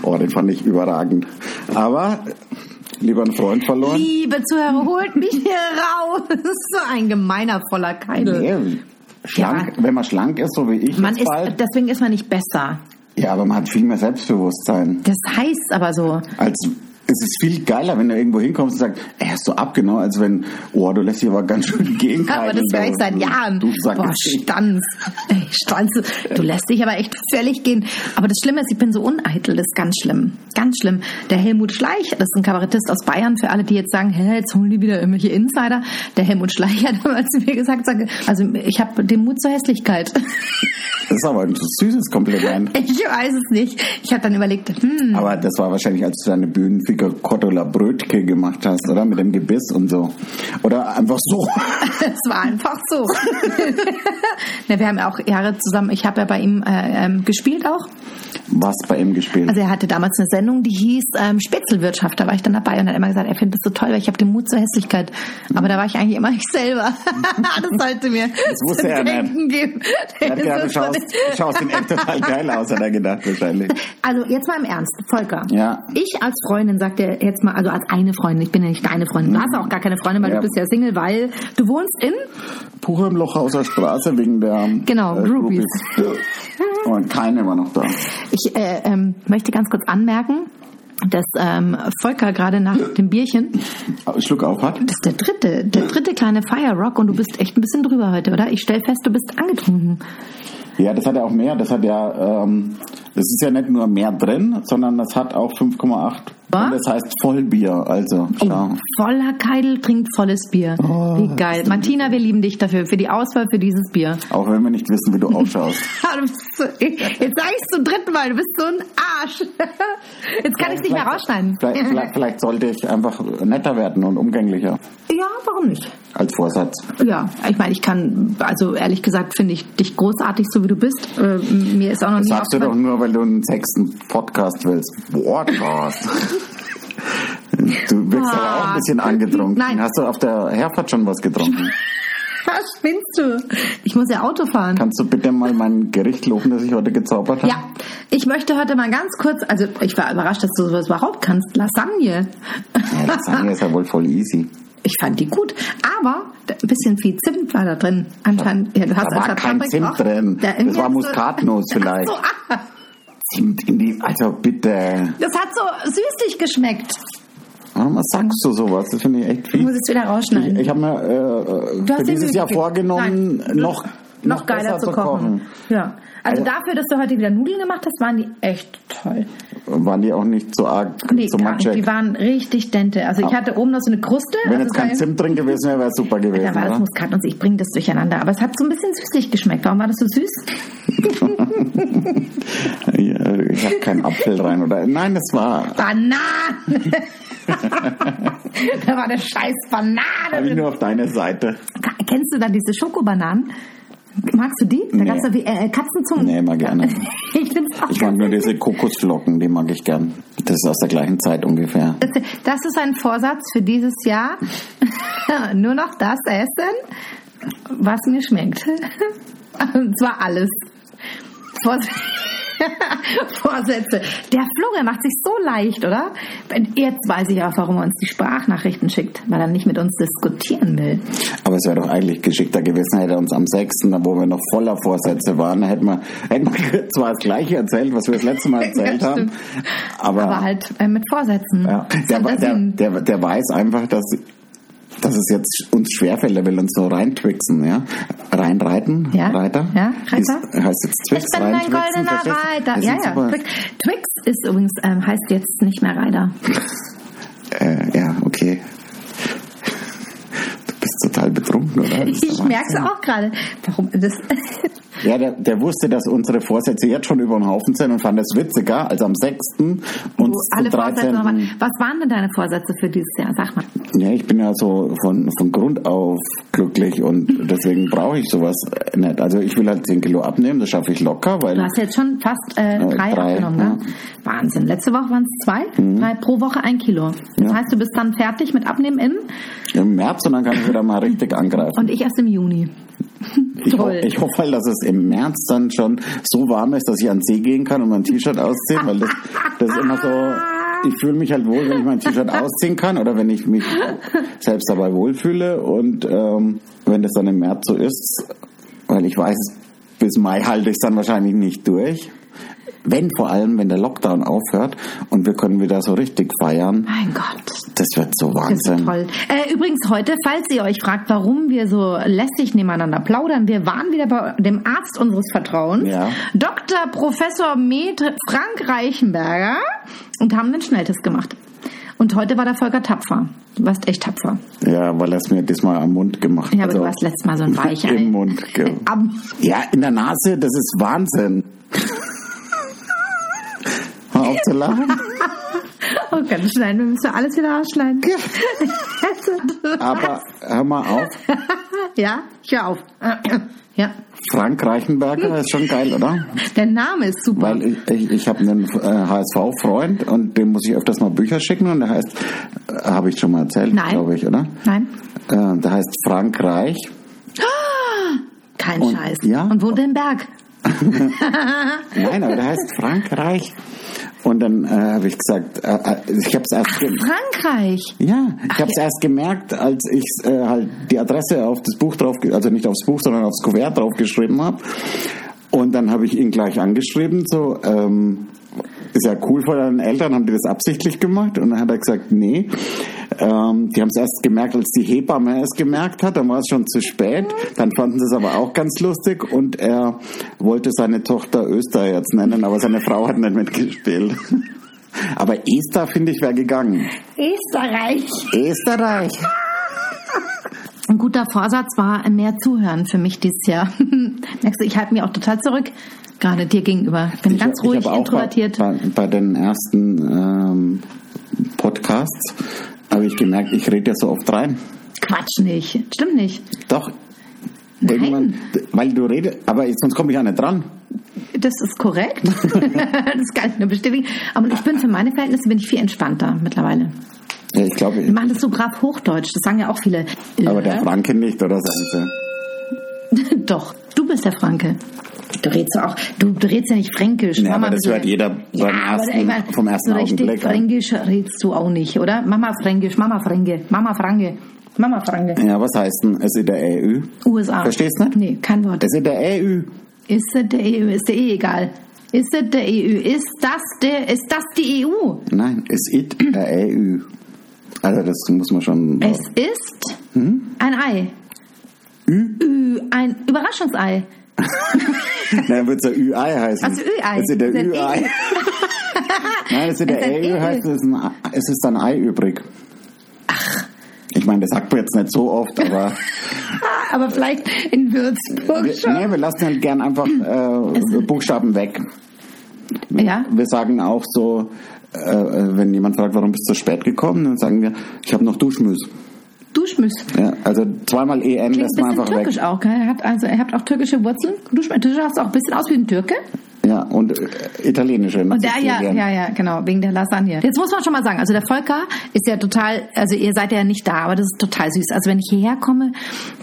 [SPEAKER 2] oh, den fand ich überragend. Aber äh, lieber einen Freund verloren.
[SPEAKER 1] Liebe Zuhörer, holt mich hier raus. Das ist so ein gemeiner voller Keidel.
[SPEAKER 2] Nee, schlank, wenn man schlank ist, so wie ich
[SPEAKER 1] Man
[SPEAKER 2] jetzt
[SPEAKER 1] ist,
[SPEAKER 2] bald.
[SPEAKER 1] deswegen ist man nicht besser.
[SPEAKER 2] Ja, aber man hat viel mehr Selbstbewusstsein.
[SPEAKER 1] Das heißt aber so.
[SPEAKER 2] Als es ist viel geiler, wenn du irgendwo hinkommst und sagst, ey, hast du abgenommen, als wenn, oh, du lässt dich aber ganz schön
[SPEAKER 1] [LAUGHS]
[SPEAKER 2] gehen.
[SPEAKER 1] Aber das
[SPEAKER 2] Keitel,
[SPEAKER 1] höre ich
[SPEAKER 2] du-
[SPEAKER 1] seit Jahren.
[SPEAKER 2] Du sagst,
[SPEAKER 1] Boah, Stanz. Ey, Stanz. Du lässt dich aber echt völlig gehen. Aber das Schlimme ist, ich bin so uneitel. Das ist ganz schlimm. Ganz schlimm. Der Helmut Schleich, das ist ein Kabarettist aus Bayern, für alle, die jetzt sagen, hä, jetzt holen die wieder irgendwelche Insider. Der Helmut Schleich [LAUGHS] hat damals zu mir gesagt, sag, also ich habe den Mut zur Hässlichkeit. [LAUGHS]
[SPEAKER 2] das ist aber ein süßes Kompliment.
[SPEAKER 1] Ich weiß es nicht. Ich habe dann überlegt, hm,
[SPEAKER 2] Aber das war wahrscheinlich, als du deine Bühnenfigur billiger Cordula Brötke gemacht hast, oder? Mit dem Gebiss und so. Oder einfach so. [LAUGHS]
[SPEAKER 1] Es war einfach so. [LAUGHS] Na, wir haben auch Jahre zusammen, ich habe ja bei ihm äh, ähm, gespielt auch.
[SPEAKER 2] Was bei ihm gespielt.
[SPEAKER 1] Also er hatte damals eine Sendung, die hieß ähm, Spitzelwirtschaft. Da war ich dann dabei und hat immer gesagt, er findet das so toll, weil ich habe den Mut zur Hässlichkeit. Aber da war ich eigentlich immer ich selber. [LAUGHS] das sollte mir das
[SPEAKER 2] wusste er nicht.
[SPEAKER 1] geben.
[SPEAKER 2] er hat gedacht, du
[SPEAKER 1] Das war
[SPEAKER 2] schaust, du schaust in echt total geil aus, hat er gedacht wahrscheinlich.
[SPEAKER 1] Also jetzt mal im Ernst, Volker.
[SPEAKER 2] Ja.
[SPEAKER 1] Ich als Freundin, sagt er jetzt mal, also als eine Freundin, ich bin ja nicht deine Freundin. Du hast auch gar keine Freundin, weil
[SPEAKER 2] Ja.
[SPEAKER 1] du bist ja Single, weil du wohnst in
[SPEAKER 2] Puch im Loch aus der Straße wegen der
[SPEAKER 1] Genau, Groupies.
[SPEAKER 2] Groupies. Ja. Und keine war noch da.
[SPEAKER 1] Ich äh, ähm, möchte ganz kurz anmerken, dass ähm, Volker gerade nach dem Bierchen,
[SPEAKER 2] Schluck auf hat.
[SPEAKER 1] das ist der dritte, der dritte kleine Fire Rock und du bist echt ein bisschen drüber heute, oder? Ich stell fest, du bist angetrunken.
[SPEAKER 2] Ja, das hat ja auch mehr. Das hat ja, ähm, das ist ja nicht nur mehr drin, sondern das hat auch 5,8.
[SPEAKER 1] Was? Oh.
[SPEAKER 2] Und Das heißt Vollbier, also schau.
[SPEAKER 1] Voller Keidel trinkt volles Bier.
[SPEAKER 2] Oh.
[SPEAKER 1] Wie geil. Martina, wir lieben dich dafür, für die Auswahl für dieses Bier. [LAUGHS]
[SPEAKER 2] Auch wenn wir nicht wissen, wie du ausschaust.
[SPEAKER 1] Ha, du bist so, jetzt sag ich's zum dritten Mal, du bist so ein Arsch. [LAUGHS] Jetzt kann ich dich mehr
[SPEAKER 2] Vielleicht-
[SPEAKER 1] rausschneiden.
[SPEAKER 2] Vielleicht, vielleicht, vielleicht sollte ich einfach netter werden und umgänglicher
[SPEAKER 1] Ja, warum nicht?
[SPEAKER 2] als Vorsatz.
[SPEAKER 1] Ja, ich meine, ich kann, also ehrlich gesagt, finde ich dich großartig, so wie du bist. Äh, m- mir ist auch noch
[SPEAKER 2] Das
[SPEAKER 1] nie
[SPEAKER 2] sagst du doch
[SPEAKER 1] aufgefallen-
[SPEAKER 2] nur, weil du einen sechsten Podcast willst. Podcast. Du wirkst aber auch ein bisschen angetrunken.
[SPEAKER 1] Ah. Nein.
[SPEAKER 2] Hast du auf der Herfahrt schon was getrunken?
[SPEAKER 1] Was spinnst du? Ich muss ja Auto fahren.
[SPEAKER 2] Kannst du bitte mal mein Gericht loben, das ich heute gezaubert habe?
[SPEAKER 1] ja, ich möchte heute mal ganz kurz, also ich war überrascht, dass du sowas überhaupt kannst. Lasagne.
[SPEAKER 2] Ja, Lasagne ist ja wohl voll easy.
[SPEAKER 1] [LAUGHS] Ich fand die gut, aber da- ein bisschen viel Zimt war da drin. Anscheinend, ja, du hast
[SPEAKER 2] Da war
[SPEAKER 1] anscheinend
[SPEAKER 2] kein
[SPEAKER 1] Paprika
[SPEAKER 2] Zimt
[SPEAKER 1] auch-
[SPEAKER 2] drin.
[SPEAKER 1] Da-
[SPEAKER 2] Das war
[SPEAKER 1] ja, so-
[SPEAKER 2] Muskatnuss
[SPEAKER 1] [LAUGHS]
[SPEAKER 2] vielleicht.
[SPEAKER 1] Ach so, ah,
[SPEAKER 2] Zimt in die, also bitte.
[SPEAKER 1] das hat so süßlich geschmeckt.
[SPEAKER 2] Warum sagst du sowas? Das finde ich echt
[SPEAKER 1] Ich
[SPEAKER 2] fies.
[SPEAKER 1] muss jetzt wieder rausschneiden.
[SPEAKER 2] Ich habe mir äh,
[SPEAKER 1] Du hast dir
[SPEAKER 2] für dieses
[SPEAKER 1] Mühe
[SPEAKER 2] Jahr
[SPEAKER 1] gegeben.
[SPEAKER 2] vorgenommen,
[SPEAKER 1] Nein.
[SPEAKER 2] noch,
[SPEAKER 1] noch geiler
[SPEAKER 2] besser
[SPEAKER 1] zu kochen. Ja. Also,
[SPEAKER 2] Also-
[SPEAKER 1] dafür, dass du heute wieder Nudeln gemacht hast, waren die echt toll.
[SPEAKER 2] Waren die auch nicht so arg
[SPEAKER 1] Nee,
[SPEAKER 2] so
[SPEAKER 1] gar nicht.
[SPEAKER 2] matschig?
[SPEAKER 1] Die waren richtig dente. Also ich hatte oben noch so eine Kruste.
[SPEAKER 2] Wenn
[SPEAKER 1] also
[SPEAKER 2] jetzt
[SPEAKER 1] es war
[SPEAKER 2] kein
[SPEAKER 1] ja-
[SPEAKER 2] Zimt drin gewesen wäre, wäre super gewesen,
[SPEAKER 1] Da war das
[SPEAKER 2] oder?
[SPEAKER 1] Muskat und so. ich bringe das durcheinander. Aber es hat so ein bisschen süßlich geschmeckt. Warum war das so süß?
[SPEAKER 2] Ja, ich habe keinen Apfel rein, oder? Nein, das war...
[SPEAKER 1] Bananen!
[SPEAKER 2] [LAUGHS]
[SPEAKER 1] da war eine scheiß Banane
[SPEAKER 2] Habe ich
[SPEAKER 1] drin.
[SPEAKER 2] nur auf deine Seite.
[SPEAKER 1] Kennst du dann diese Schokobananen? Magst du die? Da
[SPEAKER 2] Nee.
[SPEAKER 1] gab's doch wie äh, Katzenzungen.
[SPEAKER 2] Nee, mal gerne.
[SPEAKER 1] [LAUGHS] ich find's auch
[SPEAKER 2] Ich mag nur diese Kokosflocken, die mag ich gern. Das ist aus der gleichen Zeit ungefähr.
[SPEAKER 1] Das, [LAUGHS] das ist ein Vorsatz für dieses Jahr. [LAUGHS] Nur noch das essen, was mir schmeckt. [LAUGHS] Und zwar alles. Vors [LAUGHS] Vorsätze. Der Flugel macht sich so leicht, oder? Wenn- Jetzt weiß ich auch, warum er uns die Sprachnachrichten schickt, weil er nicht mit uns diskutieren will.
[SPEAKER 2] Aber es wäre doch eigentlich geschickter gewesen, hätte er uns am 6., wo wir noch voller Vorsätze waren, hätten wir, hätten wir [LAUGHS] zwar das Gleiche erzählt, was wir das letzte Mal
[SPEAKER 1] [LAUGHS]
[SPEAKER 2] erzählt
[SPEAKER 1] Ja,
[SPEAKER 2] haben.
[SPEAKER 1] stimmt.
[SPEAKER 2] Aber,
[SPEAKER 1] Aber halt äh, mit Vorsätzen.
[SPEAKER 2] ja,
[SPEAKER 1] [LAUGHS]
[SPEAKER 2] der,
[SPEAKER 1] Dass
[SPEAKER 2] der,
[SPEAKER 1] ihn-
[SPEAKER 2] der, der weiß einfach, dass, dass es jetzt uns schwerfällt, er will uns so reintwichsen, ja? Reinreiten,
[SPEAKER 1] Ja,
[SPEAKER 2] Reiter?
[SPEAKER 1] ja, Reiter.
[SPEAKER 2] Ist, heißt jetzt Twix,
[SPEAKER 1] ich bin ein
[SPEAKER 2] reintwichsen,
[SPEAKER 1] goldener
[SPEAKER 2] verstehst du?
[SPEAKER 1] Reiter.
[SPEAKER 2] Das
[SPEAKER 1] Ja,
[SPEAKER 2] ist
[SPEAKER 1] ja.
[SPEAKER 2] super.
[SPEAKER 1] Twix, Twix ist übrigens, ähm, heißt jetzt nicht mehr Reiter.
[SPEAKER 2] Äh, ja, okay. [LAUGHS] Du bist total betrunken, oder?
[SPEAKER 1] [LAUGHS]
[SPEAKER 2] Das ist der
[SPEAKER 1] Ich
[SPEAKER 2] Wahnsinn.
[SPEAKER 1] merke es auch gerade. Warum
[SPEAKER 2] [LAUGHS]
[SPEAKER 1] das?
[SPEAKER 2] Ja, der, der wusste, dass unsere Vorsätze jetzt schon über den Haufen sind und fand es witziger, als am 6. und
[SPEAKER 1] alle
[SPEAKER 2] zum
[SPEAKER 1] Vorsätze
[SPEAKER 2] 13.
[SPEAKER 1] nochmal. Was waren denn deine Vorsätze für dieses Jahr? Sag mal.
[SPEAKER 2] Ja, ich bin ja so von, von Grund auf glücklich und deswegen brauche ich sowas nicht. Also ich will halt 10 Kilo abnehmen, das schaffe ich locker, weil
[SPEAKER 1] Du hast jetzt schon fast äh, drei,
[SPEAKER 2] drei,
[SPEAKER 1] abgenommen,
[SPEAKER 2] ja. Mhm.
[SPEAKER 1] ne? Wahnsinn. Letzte Woche waren es zwei, drei pro Woche ein Kilo. Das
[SPEAKER 2] Ja.
[SPEAKER 1] heißt, du bist dann fertig mit Abnehmen im
[SPEAKER 2] im März und dann kann ich wieder mal richtig angreifen.
[SPEAKER 1] und ich erst im Juni.
[SPEAKER 2] Ich, ho
[SPEAKER 1] toll.
[SPEAKER 2] ich hoffe halt, dass es im März dann schon so warm ist, dass ich an den See gehen kann und mein T-Shirt ausziehen, weil das, das ist immer so. Ich fühle mich halt wohl, wenn ich
[SPEAKER 1] [LAUGHS]
[SPEAKER 2] mein T-Shirt ausziehen kann oder wenn ich mich selbst dabei wohlfühle. Und ähm, wenn das dann im März so ist, weil ich weiß, bis Mai halte ich es dann wahrscheinlich nicht durch. Wenn vor allem, wenn der Lockdown aufhört und wir können wieder so richtig feiern,
[SPEAKER 1] Mein Gott.
[SPEAKER 2] das wird so
[SPEAKER 1] Das ist
[SPEAKER 2] Wahnsinn.
[SPEAKER 1] toll. Äh, übrigens heute, falls ihr euch fragt, warum wir so lässig nebeneinander plaudern, wir waren wieder bei dem Arzt unseres Vertrauens,
[SPEAKER 2] Ja.
[SPEAKER 1] Dr. Professor Med Frank Reichenberger, und haben den Schnelltest gemacht. Und heute war der Volker tapfer. Du warst echt tapfer.
[SPEAKER 2] Ja, weil er es mir diesmal am Mund gemacht
[SPEAKER 1] Ja, aber du warst letztes Mal so ein ne? Weichei.
[SPEAKER 2] Also [LAUGHS] Im Mund, ge-
[SPEAKER 1] [LAUGHS] Am-
[SPEAKER 2] Ja, in der Nase, das ist Wahnsinn. Hör auf zu lachen.
[SPEAKER 1] Oh Rückwärts schneiden. Wir müssen alles wieder rausschneiden.
[SPEAKER 2] Aber hör mal auf,
[SPEAKER 1] ja, ich hör auf. Ja,
[SPEAKER 2] Frank Reichenberger ist schon geil, oder?
[SPEAKER 1] der Name ist super.
[SPEAKER 2] Weil ich, ich, ich habe einen äh, HSV-Freund und dem muss ich öfters mal Bücher schicken und der heißt, äh, habe ich schon mal erzählt,
[SPEAKER 1] Nein.
[SPEAKER 2] glaube ich, oder?
[SPEAKER 1] Nein,
[SPEAKER 2] Äh, der heißt Frank Reich.
[SPEAKER 1] kein
[SPEAKER 2] Und-
[SPEAKER 1] Scheiß.
[SPEAKER 2] ja?
[SPEAKER 1] Und wohnt in Berg.
[SPEAKER 2] Nein, aber der heißt Frank Reich. Und dann äh, habe ich gesagt, äh, äh, ich habe es erst, ge
[SPEAKER 1] Frankreich.
[SPEAKER 2] ja, ich hab's erst gemerkt, als ich äh, halt die Adresse auf das Buch drauf, also nicht aufs Buch, sondern aufs Kuvert draufgeschrieben habe. Und dann habe ich ihn gleich angeschrieben, so, ähm, ist ja cool von deinen Eltern, haben die das absichtlich gemacht? Und dann hat er gesagt, nee. Ähm, die haben es erst gemerkt, als die Hebamme es gemerkt hat, dann war es schon zu spät. Dann fanden sie es aber auch ganz lustig und er wollte seine Tochter Öster jetzt nennen, aber seine Frau hat nicht mitgespielt. [LAUGHS] Aber Esther, finde ich, wäre gegangen.
[SPEAKER 1] Österreich.
[SPEAKER 2] Österreich.
[SPEAKER 1] Ein guter Vorsatz war mehr Zuhören für mich dieses Jahr. [LAUGHS] Merkst du, ich halte mich auch total zurück, gerade dir gegenüber. Ich bin ganz ruhig,
[SPEAKER 2] habe auch
[SPEAKER 1] introvertiert.
[SPEAKER 2] Bei, bei, bei den ersten ähm, Podcasts habe ich gemerkt, ich rede ja so oft rein.
[SPEAKER 1] Quatsch nicht. Stimmt nicht.
[SPEAKER 2] Doch. Irgendwann, weil du redest, aber jetzt- sonst komme ich auch nicht dran.
[SPEAKER 1] Das ist
[SPEAKER 2] [LAUGHS]
[SPEAKER 1] korrekt. [LAUGHS] das kann ich nur bestätigen. Aber ich bin für meine Verhältnisse bin ich viel entspannter mittlerweile.
[SPEAKER 2] Ja, ich
[SPEAKER 1] Die
[SPEAKER 2] glaube,
[SPEAKER 1] machen das so brav Hochdeutsch. Das sagen ja auch viele. Äh,
[SPEAKER 2] aber der Franke nicht, oder sagen sie.
[SPEAKER 1] Doch, du bist der Franke. Du redest ja auch, du, du redest ja nicht fränkisch.
[SPEAKER 2] Nee,
[SPEAKER 1] Mach
[SPEAKER 2] aber
[SPEAKER 1] mal ein
[SPEAKER 2] das hört jeder beim
[SPEAKER 1] aber
[SPEAKER 2] ersten-
[SPEAKER 1] ich meine,
[SPEAKER 2] vom ersten
[SPEAKER 1] so richtig
[SPEAKER 2] Augenblick an.
[SPEAKER 1] Fränkisch redest du auch nicht, oder? Mama fränkisch, Mama fränke, Mama franke, Mama franke.
[SPEAKER 2] Ja, was heißt denn, es ist der EU?
[SPEAKER 1] USA.
[SPEAKER 2] Verstehst du nicht?
[SPEAKER 1] Nee, kein Wort.
[SPEAKER 2] Es ist der EU.
[SPEAKER 1] Ist das der EU? Ist der eh egal. Ist das der EU? Ist das der, ist das die E EU?
[SPEAKER 2] Nein, es ist der EU. Also, das muss man schon.
[SPEAKER 1] Es ist
[SPEAKER 2] Hm?
[SPEAKER 1] ein Ei. Ü, ein Überraschungsei.
[SPEAKER 2] Nein, wird es der UI heißen.
[SPEAKER 1] Also Ü-Ei.
[SPEAKER 2] Es ist der
[SPEAKER 1] Das ist
[SPEAKER 2] UI. Nein,
[SPEAKER 1] Das ist
[SPEAKER 2] es ist also der
[SPEAKER 1] ein
[SPEAKER 2] EU
[SPEAKER 1] Ü.
[SPEAKER 2] heißt, es ist, ein, Ei- es ist ein Ei übrig. Ich meine, das sagt man jetzt nicht
[SPEAKER 1] [LAUGHS]
[SPEAKER 2] so oft, aber
[SPEAKER 1] Ah, [LAUGHS] aber vielleicht in Würzburg
[SPEAKER 2] wir,
[SPEAKER 1] schon.
[SPEAKER 2] nee, wir lassen halt gern einfach äh, Buchstaben weg.
[SPEAKER 1] Ja.
[SPEAKER 2] Wir sagen auch so, äh, wenn jemand fragt, warum bist du so spät gekommen, dann sagen wir, ich habe noch Duschmüs.
[SPEAKER 1] Duschmüs.
[SPEAKER 2] Ja, also zweimal EN
[SPEAKER 1] Klingt
[SPEAKER 2] lässt
[SPEAKER 1] ein bisschen
[SPEAKER 2] man einfach weg.
[SPEAKER 1] türkisch auch, gell? Er hat, also, er hat auch türkische Wurzeln. Du schaust auch ein bisschen aus wie ein Türke.
[SPEAKER 2] Ja, und äh, italienische.
[SPEAKER 1] Und der, ja, ja, ja, genau, wegen der Lasagne. Jetzt muss man schon mal sagen, also der Volker ist ja total, also ihr seid ja nicht da, aber das ist total süß. Also wenn ich hierher komme,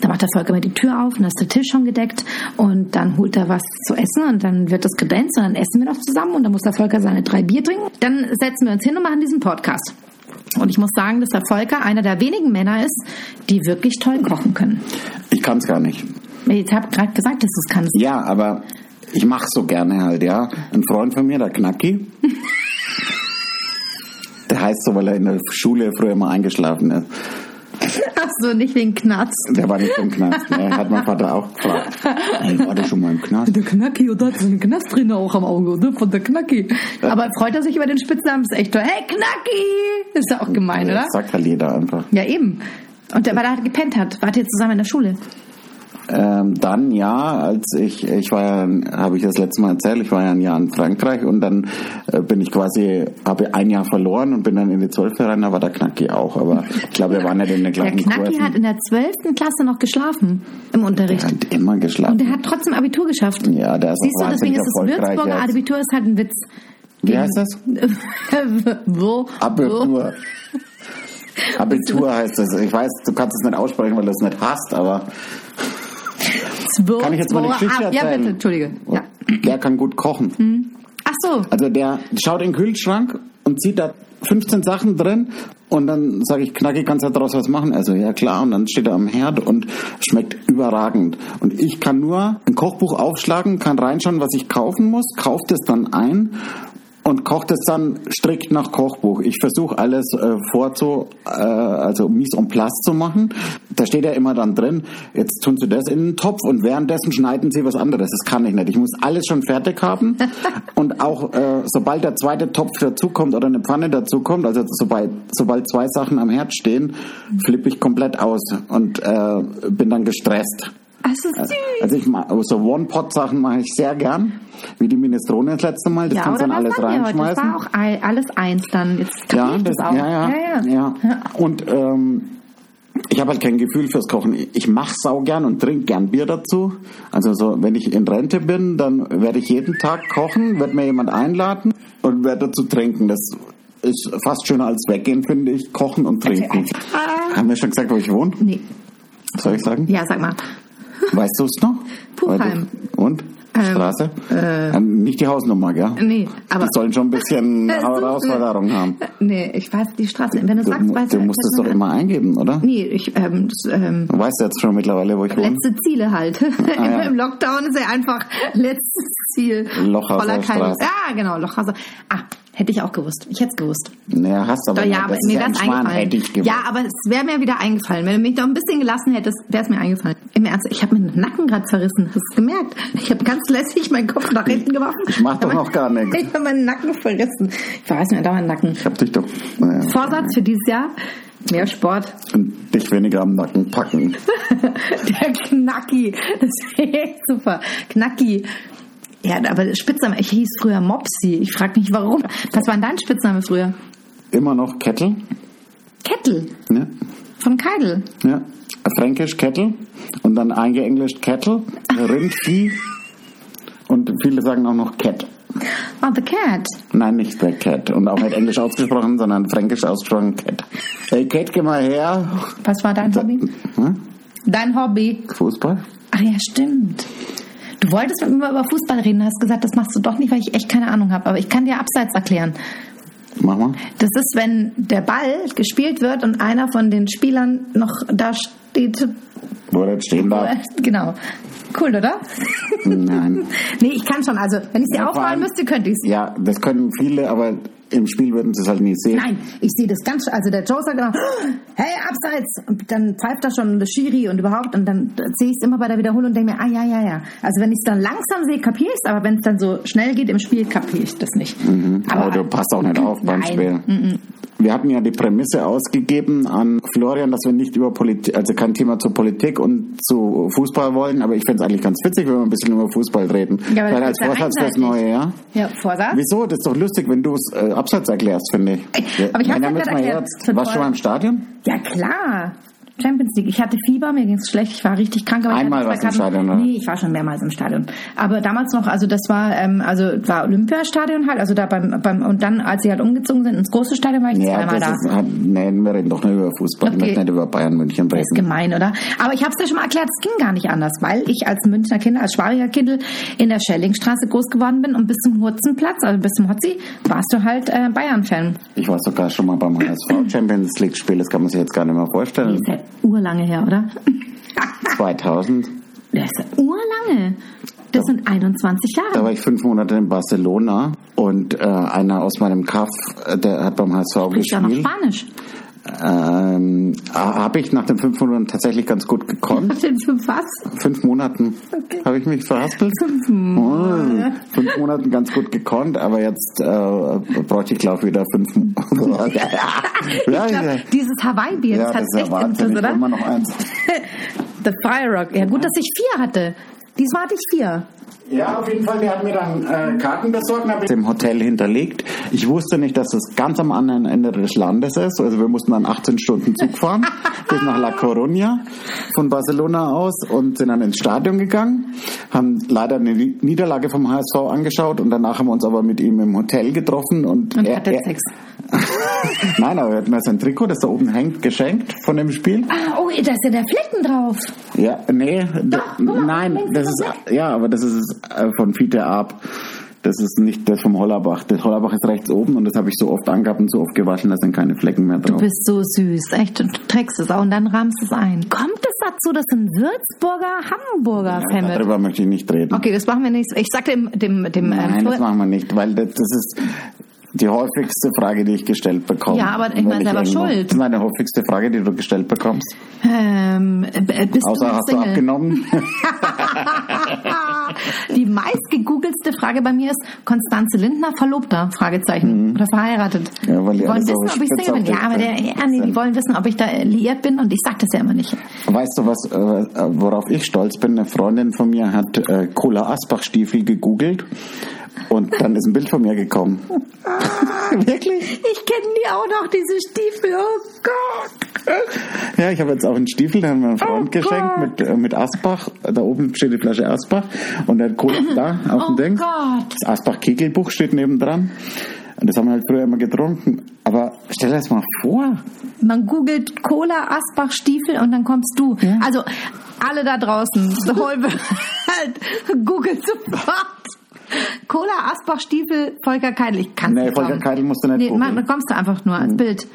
[SPEAKER 1] dann macht der Volker immer die Tür auf und dann ist der Tisch schon gedeckt und dann holt er was zu essen und dann wird das gedanzt und dann essen wir noch zusammen und dann muss der Volker seine drei Bier trinken. Dann setzen wir uns hin und machen diesen Podcast. Und ich muss sagen, dass der Volker einer der wenigen Männer ist, die wirklich toll kochen können.
[SPEAKER 2] Ich kann es gar nicht.
[SPEAKER 1] Jetzt habe gerade gesagt, dass du es kannst.
[SPEAKER 2] Ja, aber ich mache so gerne halt, ja. Ein Freund von mir, der
[SPEAKER 1] [LAUGHS]
[SPEAKER 2] Knacki, der heißt so, weil er in der Schule früher mal eingeschlafen ist.
[SPEAKER 1] Ach so, nicht wegen Knarz.
[SPEAKER 2] Der war nicht im Knast, ne?
[SPEAKER 1] [LAUGHS]
[SPEAKER 2] hat mein Vater auch gefragt. Ey, war der schon mal im Knast?
[SPEAKER 1] Der Knacki, oder? Hat so einen Knast drin auch am Auge, oder? Von der Knacki. Aber freut er sich über den Spitznamen? Ist echt toll. Hey, Knacki! Ist ja auch gemein, oder?
[SPEAKER 2] Das sagt halt jeder einfach.
[SPEAKER 1] Ja, eben. Und der, weil er halt gepennt hat, wart ihr zusammen in der Schule.
[SPEAKER 2] Ähm, dann ja, als ich, ich war ja, habe ich das letzte Mal erzählt, ich war ja ein Jahr in Frankreich und dann äh, bin ich quasi, habe ein Jahr verloren und bin dann in die Zwölfe rein, da war der Knacki auch, aber ich glaube, wir waren nicht in den
[SPEAKER 1] Der
[SPEAKER 2] gleichen
[SPEAKER 1] Knacki
[SPEAKER 2] Kursen.
[SPEAKER 1] hat in der 12. Klasse noch geschlafen im
[SPEAKER 2] der
[SPEAKER 1] Unterricht.
[SPEAKER 2] hat immer geschlafen.
[SPEAKER 1] Und der hat trotzdem Abitur geschafft.
[SPEAKER 2] Ja, der ist
[SPEAKER 1] Siehst
[SPEAKER 2] auch
[SPEAKER 1] du, deswegen
[SPEAKER 2] wahnsinnig
[SPEAKER 1] ist das
[SPEAKER 2] erfolgreich
[SPEAKER 1] Würzburger
[SPEAKER 2] jetzt.
[SPEAKER 1] Abitur ist halt ein Witz. [LAUGHS]
[SPEAKER 2] Wie heißt das?
[SPEAKER 1] Wo? [LAUGHS]
[SPEAKER 2] Abitur. Abitur heißt das. Ich weiß, du kannst es nicht aussprechen, weil du es nicht hast, aber
[SPEAKER 1] Wo?
[SPEAKER 2] kann ich jetzt mal eine
[SPEAKER 1] Wo?
[SPEAKER 2] Geschichte
[SPEAKER 1] Ah,
[SPEAKER 2] erzählen?
[SPEAKER 1] Ja, bitte, Entschuldige. Ja. Hm.
[SPEAKER 2] Der kann gut kochen.
[SPEAKER 1] Ach so,
[SPEAKER 2] Also der schaut in den Kühlschrank und sieht da 15 Sachen drin und dann sage ich, Knacki, kannst du daraus was machen? Also ja klar, und dann steht er am Herd und schmeckt überragend. Und ich kann nur ein Kochbuch aufschlagen, kann reinschauen, was ich kaufen muss, kauft es dann ein und kocht es dann strikt nach Kochbuch. Ich versuche alles äh, vorzu, äh, also mies und Platz zu machen. Da steht ja immer dann drin, jetzt tun sie das in den Topf und währenddessen schneiden sie was anderes. Das kann ich nicht. Ich muss alles schon fertig haben. und auch äh, sobald der zweite Topf dazukommt oder eine Pfanne dazukommt, also sobald, sobald zwei Sachen am Herd stehen, flippe ich komplett aus und äh, bin dann gestresst.
[SPEAKER 1] Also süß.
[SPEAKER 2] Also ich ma- so One-Pot-Sachen mache ich sehr gern, wie die Minestrone das letzte Mal. Das kannst du dann
[SPEAKER 1] was
[SPEAKER 2] alles
[SPEAKER 1] sagen wir heute? Das
[SPEAKER 2] reinschmeißen.
[SPEAKER 1] war auch all- alles eins dann. Jetzt kapier ich das, auch.
[SPEAKER 2] Ja, ja, ja. Und ähm, ich habe halt kein Gefühl fürs Kochen. Ich mache sau gern und trinke gern Bier dazu. Also so, wenn ich in Rente bin, dann werde ich jeden Tag kochen, wird mir jemand einladen und werde dazu trinken. Das ist fast schöner als weggehen, finde ich. Kochen und trinken.
[SPEAKER 1] Ah.
[SPEAKER 2] Haben wir schon gesagt, wo ich wohne?
[SPEAKER 1] Nee.
[SPEAKER 2] Soll ich sagen?
[SPEAKER 1] Ja, sag mal.
[SPEAKER 2] Weißt du es noch?
[SPEAKER 1] Puchheim.
[SPEAKER 2] Und? Straße? Ähm, Nicht die Hausnummer, gell?
[SPEAKER 1] äh, Nee, aber-
[SPEAKER 2] Die sollen schon ein
[SPEAKER 1] [LAUGHS]
[SPEAKER 2] bisschen
[SPEAKER 1] Äh, so-
[SPEAKER 2] Herausforderung haben.
[SPEAKER 1] Nee, ich weiß die Straße. Wenn du
[SPEAKER 2] Du,
[SPEAKER 1] sagst, weißt
[SPEAKER 2] du musst es doch immer eingeben, oder?
[SPEAKER 1] Nee, ich, ähm, das, ähm,
[SPEAKER 2] Du weißt jetzt schon mittlerweile, wo ich wohne.
[SPEAKER 1] letzte Ziele halt. [LAUGHS]
[SPEAKER 2] Ah, ja.
[SPEAKER 1] Im Lockdown ist ja einfach letztes Ziel.
[SPEAKER 2] Lochhauser Straße.
[SPEAKER 1] Ja, genau, Lochhauser. Ah, hätte ich auch gewusst. Ich hätte es gewusst.
[SPEAKER 2] Naja, hast aber
[SPEAKER 1] Doch,
[SPEAKER 2] nicht.
[SPEAKER 1] ja, aber
[SPEAKER 2] das halt
[SPEAKER 1] mir
[SPEAKER 2] ist ja
[SPEAKER 1] wäre
[SPEAKER 2] ein
[SPEAKER 1] es
[SPEAKER 2] Schwan,
[SPEAKER 1] eingefallen.
[SPEAKER 2] hätte ich gewusst.
[SPEAKER 1] ja, aber es wäre mir wieder eingefallen. Wenn du mich doch ein bisschen gelassen hättest, wäre es mir eingefallen. Im Ernst, ich habe mir den Nacken gerade zerrissen. Hast du es gemerkt? Ich habe ganz lässig meinen Kopf nach hinten geworfen.
[SPEAKER 2] Ich mach doch
[SPEAKER 1] Aber-
[SPEAKER 2] noch gar nichts.
[SPEAKER 1] Ich habe meinen Nacken verrissen. Ich weiß nicht, da mein Nacken.
[SPEAKER 2] Ich hab dich doch... Naja.
[SPEAKER 1] Vorsatz für dieses Jahr? Mehr Sport. [LAUGHS]
[SPEAKER 2] Und dich weniger am Nacken packen.
[SPEAKER 1] Der Knacki. Das ist echt super. Knacki. Ja, aber Spitzname, ich hieß früher Mopsi. Ich frage mich warum. Was war denn dein Spitzname früher?
[SPEAKER 2] Immer noch Kettel.
[SPEAKER 1] Kettel.
[SPEAKER 2] Ne?
[SPEAKER 1] Von Keidel.
[SPEAKER 2] Ja. Fränkisch Kettel. Und dann eingeenglischt Kettel. Rindvieh. Und viele sagen auch noch Cat.
[SPEAKER 1] Oh, the cat.
[SPEAKER 2] Nein, nicht der Cat. Und auch nicht englisch ausgesprochen, sondern fränkisch ausgesprochen Cat. Hey Cat, geh mal her.
[SPEAKER 1] Was war dein Hobby?
[SPEAKER 2] Hm?
[SPEAKER 1] Dein Hobby.
[SPEAKER 2] Fußball?
[SPEAKER 1] Ach ja, stimmt. Du wolltest mit mir über Fußball reden, hast gesagt, das machst du doch nicht, weil ich echt keine Ahnung habe. Aber ich kann dir abseits erklären.
[SPEAKER 2] Mach mal.
[SPEAKER 1] Das ist, wenn der Ball gespielt wird und einer von den Spielern noch da steht. [LAUGHS]
[SPEAKER 2] Wo er jetzt stehen darf.
[SPEAKER 1] Genau. Cool, oder?
[SPEAKER 2] Nein.
[SPEAKER 1] [LAUGHS] Nee, ich kann schon. Also, wenn ich sie
[SPEAKER 2] Ja, vor
[SPEAKER 1] aufmalen
[SPEAKER 2] allem-
[SPEAKER 1] müsste, könnte ich es.
[SPEAKER 2] Ja, das können viele, aber im Spiel würden sie es halt nicht sehen.
[SPEAKER 1] Nein, ich sehe das ganz. Also, der Joe sagt immer, [GASPS] hey, abseits. Und dann pfeift da schon der Schiri und überhaupt. Und dann sehe ich es immer bei der Wiederholung und denke mir, ah, ja, ja, ja. Also, wenn ich es dann langsam sehe, kapiere ich es. Aber wenn es dann so schnell geht im Spiel, kapiere ich das nicht.
[SPEAKER 2] Mhm. Aber, du passt auch nicht auf beim
[SPEAKER 1] Nein. Mhm.
[SPEAKER 2] Spiel. Wir hatten ja die Prämisse ausgegeben an Florian, dass wir nicht über Politik, also kein Thema zur Politik und zu Fußball wollen, aber ich find's eigentlich ganz witzig, wenn wir ein bisschen über Fußball reden.
[SPEAKER 1] Ja, aber
[SPEAKER 2] Weil
[SPEAKER 1] das
[SPEAKER 2] als
[SPEAKER 1] ist ja
[SPEAKER 2] Vorsatz das
[SPEAKER 1] einseitig.
[SPEAKER 2] Neue, ja?
[SPEAKER 1] Ja, Vorsatz.
[SPEAKER 2] Wieso? Das ist doch lustig, wenn du es äh, abseits erklärst, finde ich.
[SPEAKER 1] Ey, aber ich hab's
[SPEAKER 2] Wenn,
[SPEAKER 1] ja
[SPEAKER 2] dann müssen
[SPEAKER 1] gerade
[SPEAKER 2] wir
[SPEAKER 1] erklärt.
[SPEAKER 2] jetzt- Warst du schon mal im Stadion?
[SPEAKER 1] Ja, klar. Champions League. Ich hatte Fieber, mir ging's schlecht, ich war richtig krank. Aber ich
[SPEAKER 2] Einmal
[SPEAKER 1] hatte zwei
[SPEAKER 2] warst du im
[SPEAKER 1] Karten.
[SPEAKER 2] Stadion, oder?
[SPEAKER 1] Nee, ich war schon mehrmals im Stadion. Aber damals noch, also das war, ähm, also war Olympiastadion halt, also da beim, beim, und dann, als sie halt umgezogen sind ins große Stadion, war ich
[SPEAKER 2] Ja,
[SPEAKER 1] zweimal
[SPEAKER 2] das
[SPEAKER 1] da.
[SPEAKER 2] ist, ah, nein, wir reden doch nicht über Fußball, wir
[SPEAKER 1] Okay.
[SPEAKER 2] möchten nicht über Bayern München reden.
[SPEAKER 1] Gemein, oder? Aber ich habe es dir schon mal erklärt, es ging gar nicht anders, weil ich als Münchner Kind, als Schwabiger Kind in der Schellingstraße groß geworden bin und bis zum Hurzenplatz, also bis zum Hotzi, warst du halt äh, Bayern-Fan.
[SPEAKER 2] Ich war sogar schon mal beim HSV Champions League Spiel, das kann man sich jetzt gar nicht mehr
[SPEAKER 1] Das
[SPEAKER 2] vorstellen.
[SPEAKER 1] ist ja urlange her, oder? [LAUGHS]
[SPEAKER 2] 2000.
[SPEAKER 1] Das ist ja urlange. Das sind 21 Jahre.
[SPEAKER 2] Da war ich fünf Monate in Barcelona und äh, einer aus meinem Kaff, äh, der hat beim HSV
[SPEAKER 1] Spricht ja noch
[SPEAKER 2] gespielt.
[SPEAKER 1] Spanisch.
[SPEAKER 2] Ähm, habe ich nach den fünf Monaten tatsächlich ganz gut gekonnt.
[SPEAKER 1] Was denn für was?
[SPEAKER 2] fünf Monaten habe ich
[SPEAKER 1] [LAUGHS]
[SPEAKER 2] mich verhaspelt. Fünf Monaten. fünf Monaten ganz gut gekonnt, aber jetzt äh, bräuchte ich glaube wieder fünf [LAUGHS]
[SPEAKER 1] [LAUGHS]
[SPEAKER 2] Monate. ja,
[SPEAKER 1] Ich
[SPEAKER 2] ja,
[SPEAKER 1] glaub, dieses Hawaii-Bier, das
[SPEAKER 2] ja,
[SPEAKER 1] hat
[SPEAKER 2] das ist ja
[SPEAKER 1] echt Intus,
[SPEAKER 2] wahnsinnig.
[SPEAKER 1] oder?
[SPEAKER 2] Immer noch eins.
[SPEAKER 1] The Fire Rock. Ja, gut, dass ich vier hatte. Diesmal hatte ich vier.
[SPEAKER 2] Ja, auf jeden Fall, der hat mir dann äh, Karten besorgt und habe dem Hotel hinterlegt. Ich wusste nicht, dass es ganz am anderen Ende des Landes ist. Also wir mussten dann 18 Stunden Zug [LAUGHS] fahren bis nach La Coruña von Barcelona aus und sind dann ins Stadion gegangen, haben leider eine Ni- Niederlage vom HSV angeschaut und danach haben wir uns aber mit ihm im Hotel getroffen und,
[SPEAKER 1] Und hatte Sex.
[SPEAKER 2] [LAUGHS] Nein, aber er hat mir sein Trikot, das da oben hängt, geschenkt von dem Spiel.
[SPEAKER 1] Ah, oh, da ist ja der Flecken drauf.
[SPEAKER 2] Ja, nee, d-
[SPEAKER 1] guck mal,
[SPEAKER 2] nein,
[SPEAKER 1] links
[SPEAKER 2] das
[SPEAKER 1] ist
[SPEAKER 2] ist ja, aber das ist äh, von Fiete ab. Das ist nicht das vom Hollerbach. Das Hollerbach ist rechts oben und das habe ich so oft angehabt und so oft gewaschen, da sind keine Flecken mehr
[SPEAKER 1] Du
[SPEAKER 2] drauf.
[SPEAKER 1] bist so süß, echt. Und du trägst es auch und dann rahmst es ein. Kommt es dazu, dass ein Würzburger Hamburger
[SPEAKER 2] Ja,
[SPEAKER 1] Semmel?
[SPEAKER 2] darüber möchte ich nicht reden.
[SPEAKER 1] Okay, das machen wir nicht. Ich sag dem, dem, dem ähm,
[SPEAKER 2] Nein, das
[SPEAKER 1] Florian-
[SPEAKER 2] machen wir nicht, weil das, das ist die häufigste Frage, die ich gestellt bekomme.
[SPEAKER 1] Ja, aber ich meine,
[SPEAKER 2] Wenn
[SPEAKER 1] selber
[SPEAKER 2] irgendwo-
[SPEAKER 1] schuld.
[SPEAKER 2] Das ist meine häufigste Frage, die du gestellt bekommst.
[SPEAKER 1] ähm, äh, bist
[SPEAKER 2] Außer
[SPEAKER 1] du noch [LAUGHS]
[SPEAKER 2] hast du
[SPEAKER 1] Single?
[SPEAKER 2] abgenommen.
[SPEAKER 1] [LAUGHS] Die meistgegoogelste Frage bei mir ist, Konstanze Lindner, Verlobter? Fragezeichen. Oder verheiratet?
[SPEAKER 2] Ja, weil die
[SPEAKER 1] Mhm. die wollen
[SPEAKER 2] alles
[SPEAKER 1] wissen,
[SPEAKER 2] auf
[SPEAKER 1] ob ich
[SPEAKER 2] Spitz
[SPEAKER 1] Single bin. Ja, aber der,
[SPEAKER 2] aufrichten.
[SPEAKER 1] ja, nee, die wollen wissen, ob ich da liiert bin und ich sag das ja immer nicht.
[SPEAKER 2] Weißt du, was, äh, worauf ich stolz bin? Eine Freundin von mir hat äh, Cola Asbach-Stiefel gegoogelt und dann ist ein Bild von
[SPEAKER 1] [LAUGHS]
[SPEAKER 2] mir gekommen. Wirklich?
[SPEAKER 1] Ich kenne die auch noch, diese Stiefel. Oh Gott.
[SPEAKER 2] Ja, ich habe jetzt auch einen Stiefel, den hat mir ein
[SPEAKER 1] Oh
[SPEAKER 2] Freund geschenkt mit, äh, mit Asbach. Da oben steht die Flasche Asbach und der
[SPEAKER 1] [LAUGHS]
[SPEAKER 2] Cola da auf
[SPEAKER 1] Oh
[SPEAKER 2] dem Ding.
[SPEAKER 1] Gott.
[SPEAKER 2] Das Asbach-Kegelbuch steht nebendran. Und das haben wir halt früher immer getrunken. Aber stell dir das mal vor.
[SPEAKER 1] Man googelt Cola, Asbach, Stiefel und dann kommst du. Also, alle da
[SPEAKER 2] [LAUGHS]
[SPEAKER 1] draußen, the whole world, googelt sofort. Cola, Asbach, Stiefel, Volker Keidel. Ich kann's
[SPEAKER 2] Nee,
[SPEAKER 1] nicht
[SPEAKER 2] Volker
[SPEAKER 1] glauben.
[SPEAKER 2] Keidel musst du nicht
[SPEAKER 1] Nee, man,
[SPEAKER 2] googeln. Hm.
[SPEAKER 1] dann kommst du einfach nur als Bild.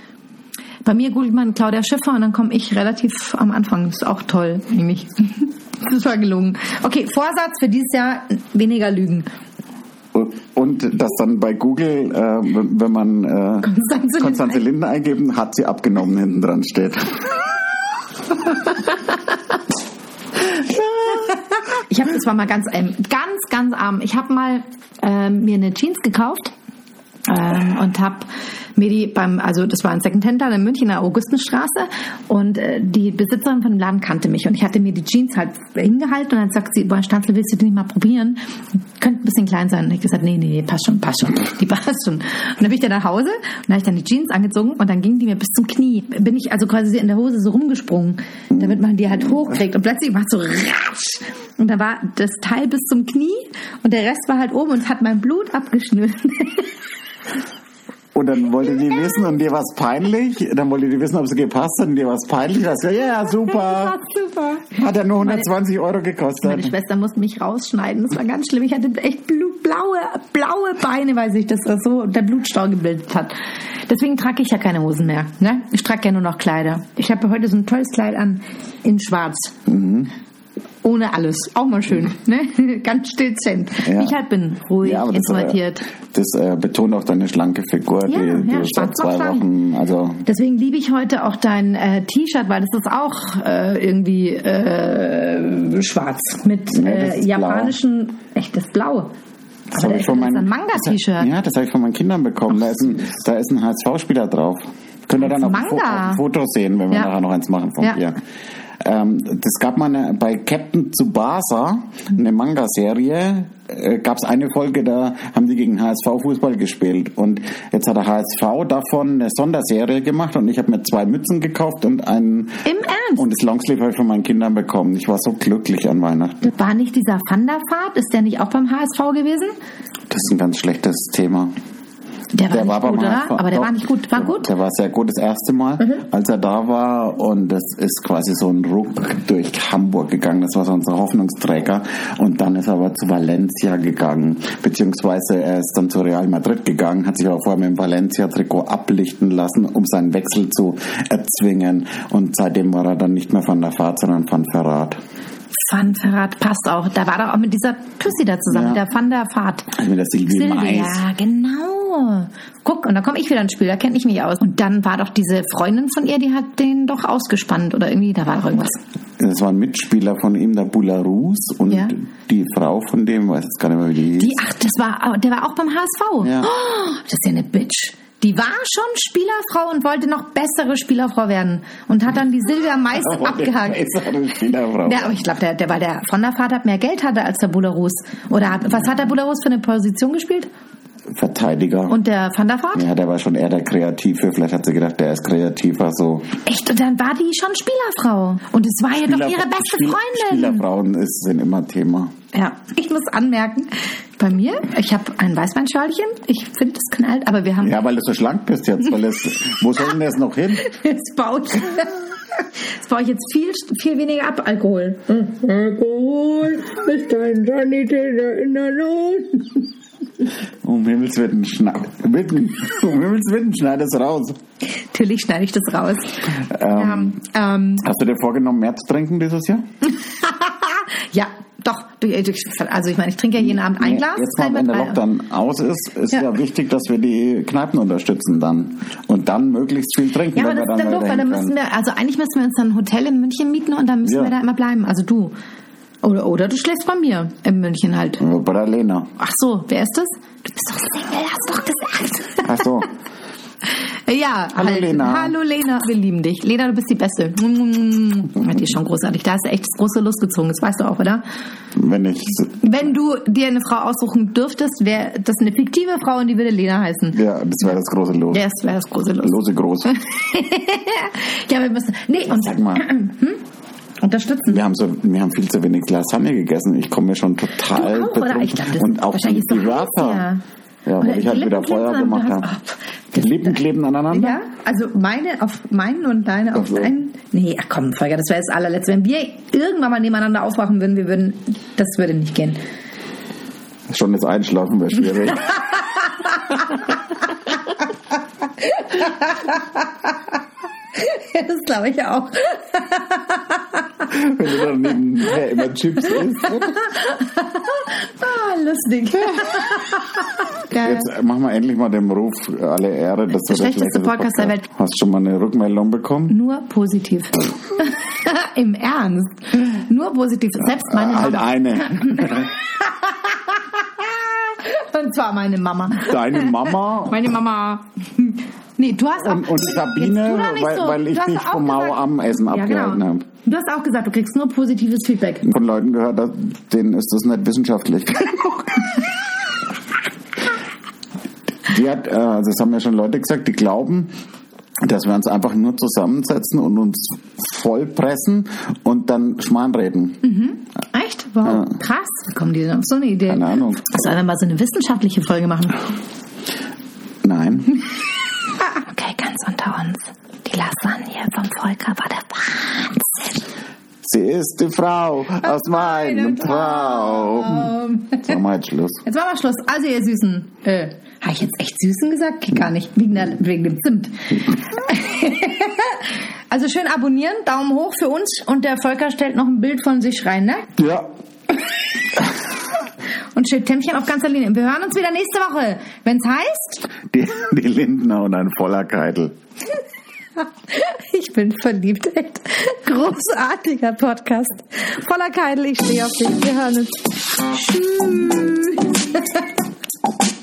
[SPEAKER 1] Bei mir googelt man Claudia Schiffer und dann komme ich relativ am Anfang. Das ist auch toll, eigentlich. [LAUGHS] Das war gelungen. Okay, Vorsatz für dieses Jahr, weniger lügen.
[SPEAKER 2] Und dass dann bei Google, äh, wenn wenn man äh,
[SPEAKER 1] Konstanze Lindner
[SPEAKER 2] Konstanze Lindner eingeben, hat sie abgenommen, hinten dran steht.
[SPEAKER 1] Ich habe das war mal ganz ähm, ganz ganz arm. Ich habe mal ähm, mir eine Jeans gekauft ähm, und habe mir die beim also das war ein Secondhand-Laden in München in der Augustenstraße und äh, die Besitzerin von dem Laden kannte mich und ich hatte mir die Jeans halt hingehalten und dann sagt sie, boah, Stanzel, willst du die nicht mal probieren? Könnte ein bisschen klein sein. Und ich gesagt, nee, nee, nee, passt schon, passt schon, [LAUGHS] die passt schon. Und dann bin ich dann nach Hause und dann habe ich dann die Jeans angezogen und dann ging die mir bis zum Knie. Bin ich also quasi in der Hose so rumgesprungen, damit man die halt hochkriegt und plötzlich macht so ratsch und da war das Teil bis zum Knie und der Rest war halt oben und es hat mein Blut abgeschnürt. [LAUGHS]
[SPEAKER 2] Und dann wollte die wissen, und dir war es peinlich. Dann wollte die wissen, ob sie gepasst hat, und dir war es peinlich. Das ja, ja,
[SPEAKER 1] Das war
[SPEAKER 2] super.
[SPEAKER 1] super.
[SPEAKER 2] Hat ja nur 120 Euro gekostet.
[SPEAKER 1] Meine Schwester musste mich rausschneiden. Das war ganz schlimm. Ich hatte echt blu- blaue, blaue Beine, weil sich das so der Blutstau gebildet hat. Deswegen trage ich ja keine Hosen mehr. Ne? Ich trage ja nur noch Kleider. Ich habe heute so ein tolles Kleid an in Schwarz.
[SPEAKER 2] Mhm.
[SPEAKER 1] Ohne alles. Auch mal schön. Ne? [LAUGHS] Ganz dezent.
[SPEAKER 2] Ja.
[SPEAKER 1] Ich halt bin ruhig,
[SPEAKER 2] aber das, äh,
[SPEAKER 1] introvertiert.
[SPEAKER 2] das äh, betont auch deine schlanke Figur,
[SPEAKER 1] Ja,
[SPEAKER 2] die
[SPEAKER 1] ja,
[SPEAKER 2] du seit
[SPEAKER 1] schwarz
[SPEAKER 2] zwei
[SPEAKER 1] macht schlank.
[SPEAKER 2] Wochen, also
[SPEAKER 1] Deswegen liebe ich heute auch dein äh, T-Shirt, weil das ist auch äh, irgendwie äh, schwarz mit
[SPEAKER 2] Nee, das
[SPEAKER 1] äh,
[SPEAKER 2] ist blau.
[SPEAKER 1] japanischen, echt das Blau. Aber
[SPEAKER 2] das
[SPEAKER 1] da
[SPEAKER 2] habe ich
[SPEAKER 1] ist-
[SPEAKER 2] von
[SPEAKER 1] da ist
[SPEAKER 2] meinen
[SPEAKER 1] ein Manga-T-Shirt.
[SPEAKER 2] Ja, das habe ich von meinen Kindern bekommen. Da ist ein, da ist ein HSV-Spieler drauf. Könnt ihr dann auf dem Fo-
[SPEAKER 1] Manga.
[SPEAKER 2] auf dem Foto sehen, wenn wir
[SPEAKER 1] Ja.
[SPEAKER 2] nachher noch eins machen von
[SPEAKER 1] Ja.
[SPEAKER 2] dir. Ähm, das gab mal eine, bei Captain Tsubasa,
[SPEAKER 1] Hm.
[SPEAKER 2] eine Manga-Serie, äh, gab es eine Folge, da haben die gegen HSV Fußball gespielt. Und jetzt hat der HSV davon eine Sonderserie gemacht und ich habe mir zwei Mützen gekauft und einen.
[SPEAKER 1] Im Ernst?
[SPEAKER 2] Und das Longsleeve habe ich von meinen Kindern bekommen. Ich war so glücklich an Weihnachten.
[SPEAKER 1] Das war nicht dieser Thunderfahrt? Ist der nicht auch beim HSV gewesen?
[SPEAKER 2] Das ist ein ganz schlechtes Thema.
[SPEAKER 1] Der war,
[SPEAKER 2] Der war
[SPEAKER 1] nicht
[SPEAKER 2] beim
[SPEAKER 1] gut,
[SPEAKER 2] HSV.
[SPEAKER 1] oder? Aber der
[SPEAKER 2] Doch.
[SPEAKER 1] war nicht gut. War gut? Mhm.
[SPEAKER 2] Der war sehr gut das erste Mal, als er da war. Und das ist quasi so ein Ruck durch Hamburg gegangen. Das war so unser Hoffnungsträger. Und dann ist er aber zu Valencia gegangen. Beziehungsweise er ist dann zu Real Madrid gegangen, hat sich aber vorher mit dem Valencia-Trikot ablichten lassen, um seinen Wechsel zu erzwingen. Und seitdem war er dann nicht mehr von der Fahrt, sondern von Verrat.
[SPEAKER 1] Thunderfahrt passt auch. Da war doch auch mit dieser Tussi da zusammen,
[SPEAKER 2] Ja.
[SPEAKER 1] mit der Thunderfahrt.
[SPEAKER 2] Also mit der Silvie Mais.
[SPEAKER 1] Ja, genau. Guck, und da komme ich wieder ins Spiel, da kenne ich mich aus. Und dann war doch diese Freundin von ihr, die hat den doch ausgespannt oder irgendwie, da war doch irgendwas.
[SPEAKER 2] Das waren Mitspieler von ihm, der Bularus. Und
[SPEAKER 1] Ja.
[SPEAKER 2] die Frau von dem, weiß jetzt gar nicht mehr, wie die hieß.
[SPEAKER 1] Die, ach, das war, oh, der war auch beim HSV.
[SPEAKER 2] Ja.
[SPEAKER 1] Oh, das ist ja eine Bitch. Die war schon Spielerfrau und wollte noch bessere Spielerfrau werden und hat dann die Silvia
[SPEAKER 2] [LAUGHS]
[SPEAKER 1] Mais
[SPEAKER 2] Oh,
[SPEAKER 1] abgehakt. Ja, aber ich glaube, der, der, weil der von der Vater mehr Geld hatte als der Bularus. Oder hat, was hat der Bularus für eine Position gespielt?
[SPEAKER 2] Verteidiger.
[SPEAKER 1] Und der Van der Vaart?
[SPEAKER 2] ja, der war schon eher der Kreative. Vielleicht hat sie gedacht, der ist kreativer. So.
[SPEAKER 1] Echt? Und dann war die schon Spielerfrau. Und es war ja doch ihre beste
[SPEAKER 2] Spiel-
[SPEAKER 1] Freundin.
[SPEAKER 2] Spielerfrauen ist, sind immer Thema.
[SPEAKER 1] Ja, ich muss anmerken, bei mir, ich habe ein Weißweinschörlchen. Ich finde, das knallt, aber wir haben [LAUGHS]
[SPEAKER 2] Ja, weil du so schlank bist jetzt. Weil es, wo soll denn das noch hin?
[SPEAKER 1] Es baut. [LAUGHS] Es baue ich jetzt viel, viel weniger ab, Alkohol. Hm. Alkohol ist ein Sanitäter in der Not.
[SPEAKER 2] Um Himmels Willen, schneid, mitten, um Himmels Willen, schneid es raus.
[SPEAKER 1] Natürlich schneide ich das raus.
[SPEAKER 2] Ähm,
[SPEAKER 1] Ja, ähm, [LAUGHS]
[SPEAKER 2] Hast du dir vorgenommen, mehr zu trinken dieses Jahr?
[SPEAKER 1] ja doch. du- Also ich meine, ich trinke ja jeden Abend ein Glas.
[SPEAKER 2] Jetzt mal, wenn der Lockdown aus ist, ist ja.
[SPEAKER 1] Ja.
[SPEAKER 2] wichtig, dass wir die Kneipen unterstützen dann. Und dann möglichst viel trinken,
[SPEAKER 1] Ja, aber
[SPEAKER 2] wenn
[SPEAKER 1] das
[SPEAKER 2] wir
[SPEAKER 1] ist
[SPEAKER 2] dann
[SPEAKER 1] dann doof,
[SPEAKER 2] wieder
[SPEAKER 1] weil dann
[SPEAKER 2] hin können.
[SPEAKER 1] müssen wir, also eigentlich müssen wir uns dann ein Hotel in München mieten und dann müssen
[SPEAKER 2] Ja.
[SPEAKER 1] wir da immer bleiben. Also du. Oder, oder du schläfst bei mir in München halt.
[SPEAKER 2] Bei der Lena.
[SPEAKER 1] Ach so, wer ist das? Du bist doch Single, hast doch gesagt.
[SPEAKER 2] Ach so.
[SPEAKER 1] Ja, halt.
[SPEAKER 2] Hallo, Lena.
[SPEAKER 1] Hallo Lena, wir lieben dich. Lena, du bist die Beste. Mm, Hat die ist schon großartig. Da hast du echt das große Lust gezogen, das weißt du auch, oder?
[SPEAKER 2] Wenn ich.
[SPEAKER 1] Wenn du dir eine Frau aussuchen dürftest, wäre das eine fiktive Frau und die würde Lena heißen.
[SPEAKER 2] Ja, das wäre das große Los.
[SPEAKER 1] Ja, Das wäre das große Lust.
[SPEAKER 2] Lose groß.
[SPEAKER 1] [LAUGHS] Ja, wir müssen. Nee, und [CLEARS THROAT]
[SPEAKER 2] Sag mal,
[SPEAKER 1] unterstützen.
[SPEAKER 2] wir haben, so, wir haben viel zu wenig Lasagne gegessen. Ich komme mir schon total
[SPEAKER 1] Du auch, oder? Ich glaub, das-
[SPEAKER 2] Und auch
[SPEAKER 1] wahrscheinlich
[SPEAKER 2] die,
[SPEAKER 1] ist
[SPEAKER 2] die
[SPEAKER 1] doch heiß,
[SPEAKER 2] Wörter. Ja, weil
[SPEAKER 1] Oder
[SPEAKER 2] ich halt
[SPEAKER 1] die
[SPEAKER 2] wieder
[SPEAKER 1] Lippen kleben
[SPEAKER 2] Feuer
[SPEAKER 1] an-
[SPEAKER 2] gemacht habe.
[SPEAKER 1] Ach,
[SPEAKER 2] Die Lippen kleben aneinander?
[SPEAKER 1] Ja, also meine auf meinen und deine auf
[SPEAKER 2] Ach so.
[SPEAKER 1] deinen. Nee, ach komm, Volker, das wäre das allerletzte. Wenn wir irgendwann mal nebeneinander aufwachen würden, wir würden, das würde nicht gehen. [LAUGHS]
[SPEAKER 2] Schon das Einschlafen wäre schwierig.
[SPEAKER 1] Ja, das glaube ich auch.
[SPEAKER 2] Wenn du dann nebenher immer Chips isst.
[SPEAKER 1] Ah,
[SPEAKER 2] [LAUGHS]
[SPEAKER 1] lustig. Geil.
[SPEAKER 2] Jetzt machen wir endlich mal dem Ruf alle Ehre, dass du
[SPEAKER 1] schlechteste Podcast der Welt.
[SPEAKER 2] Hast schon mal eine Rückmeldung bekommen?
[SPEAKER 1] Nur positiv. [LAUGHS] Im Ernst. Nur positiv. Selbst meine
[SPEAKER 2] Äh, halt
[SPEAKER 1] Mama. [LAUGHS]
[SPEAKER 2] eine.
[SPEAKER 1] Und zwar meine Mama.
[SPEAKER 2] Deine Mama
[SPEAKER 1] [LAUGHS] Meine Mama. Nee, du hast auch.
[SPEAKER 2] Ähm, und, und
[SPEAKER 1] Jetzt
[SPEAKER 2] Sabine,
[SPEAKER 1] tu doch nicht
[SPEAKER 2] weil,
[SPEAKER 1] so.
[SPEAKER 2] weil ich
[SPEAKER 1] Du hast
[SPEAKER 2] dich
[SPEAKER 1] auch
[SPEAKER 2] vom
[SPEAKER 1] gesagt-
[SPEAKER 2] Mau am Essen
[SPEAKER 1] Ja,
[SPEAKER 2] abgehalten
[SPEAKER 1] genau.
[SPEAKER 2] habe.
[SPEAKER 1] Du hast auch gesagt, du kriegst nur positives Feedback.
[SPEAKER 2] Von Leuten gehört, dass- denen ist das nicht wissenschaftlich. [LAUGHS] die hat, äh, das haben ja schon Leute gesagt, die glauben, dass wir uns einfach nur zusammensetzen und uns vollpressen und dann Schmarrn reden.
[SPEAKER 1] Echt? Wow. Krass. Wie kommen die denn auf so eine Idee?
[SPEAKER 2] Keine Ahnung.
[SPEAKER 1] Sollen wir mal so eine wissenschaftliche Folge machen?
[SPEAKER 2] [LAUGHS] Nein.
[SPEAKER 1] Okay, ganz unter uns. Die Lasagne vom Volker war der Wahnsinn.
[SPEAKER 2] Sie ist die Frau aus meinem Traum.
[SPEAKER 1] [LAUGHS]
[SPEAKER 2] So, mal jetzt Schluss.
[SPEAKER 1] Jetzt machen wir Schluss. Also, ihr Süßen. Äh, habe ich jetzt echt Süßen gesagt? Geht gar nicht. Wegen, der, wegen dem Zimt. [LAUGHS] also, schön abonnieren. Daumen hoch für uns. Und der Volker stellt noch ein Bild von sich rein, ne?
[SPEAKER 2] Ja.
[SPEAKER 1] Und steht Tämmchen auf ganzer Linie. Wir hören uns wieder nächste Woche. Wenn's heißt, [LAUGHS]
[SPEAKER 2] Die, die Lindner und ein voller Keitel.
[SPEAKER 1] ich bin verliebt. [LAUGHS] Echt großartiger Podcast. Voller Keidel. Ich stehe auf dich. Wir hören uns. Tschüss.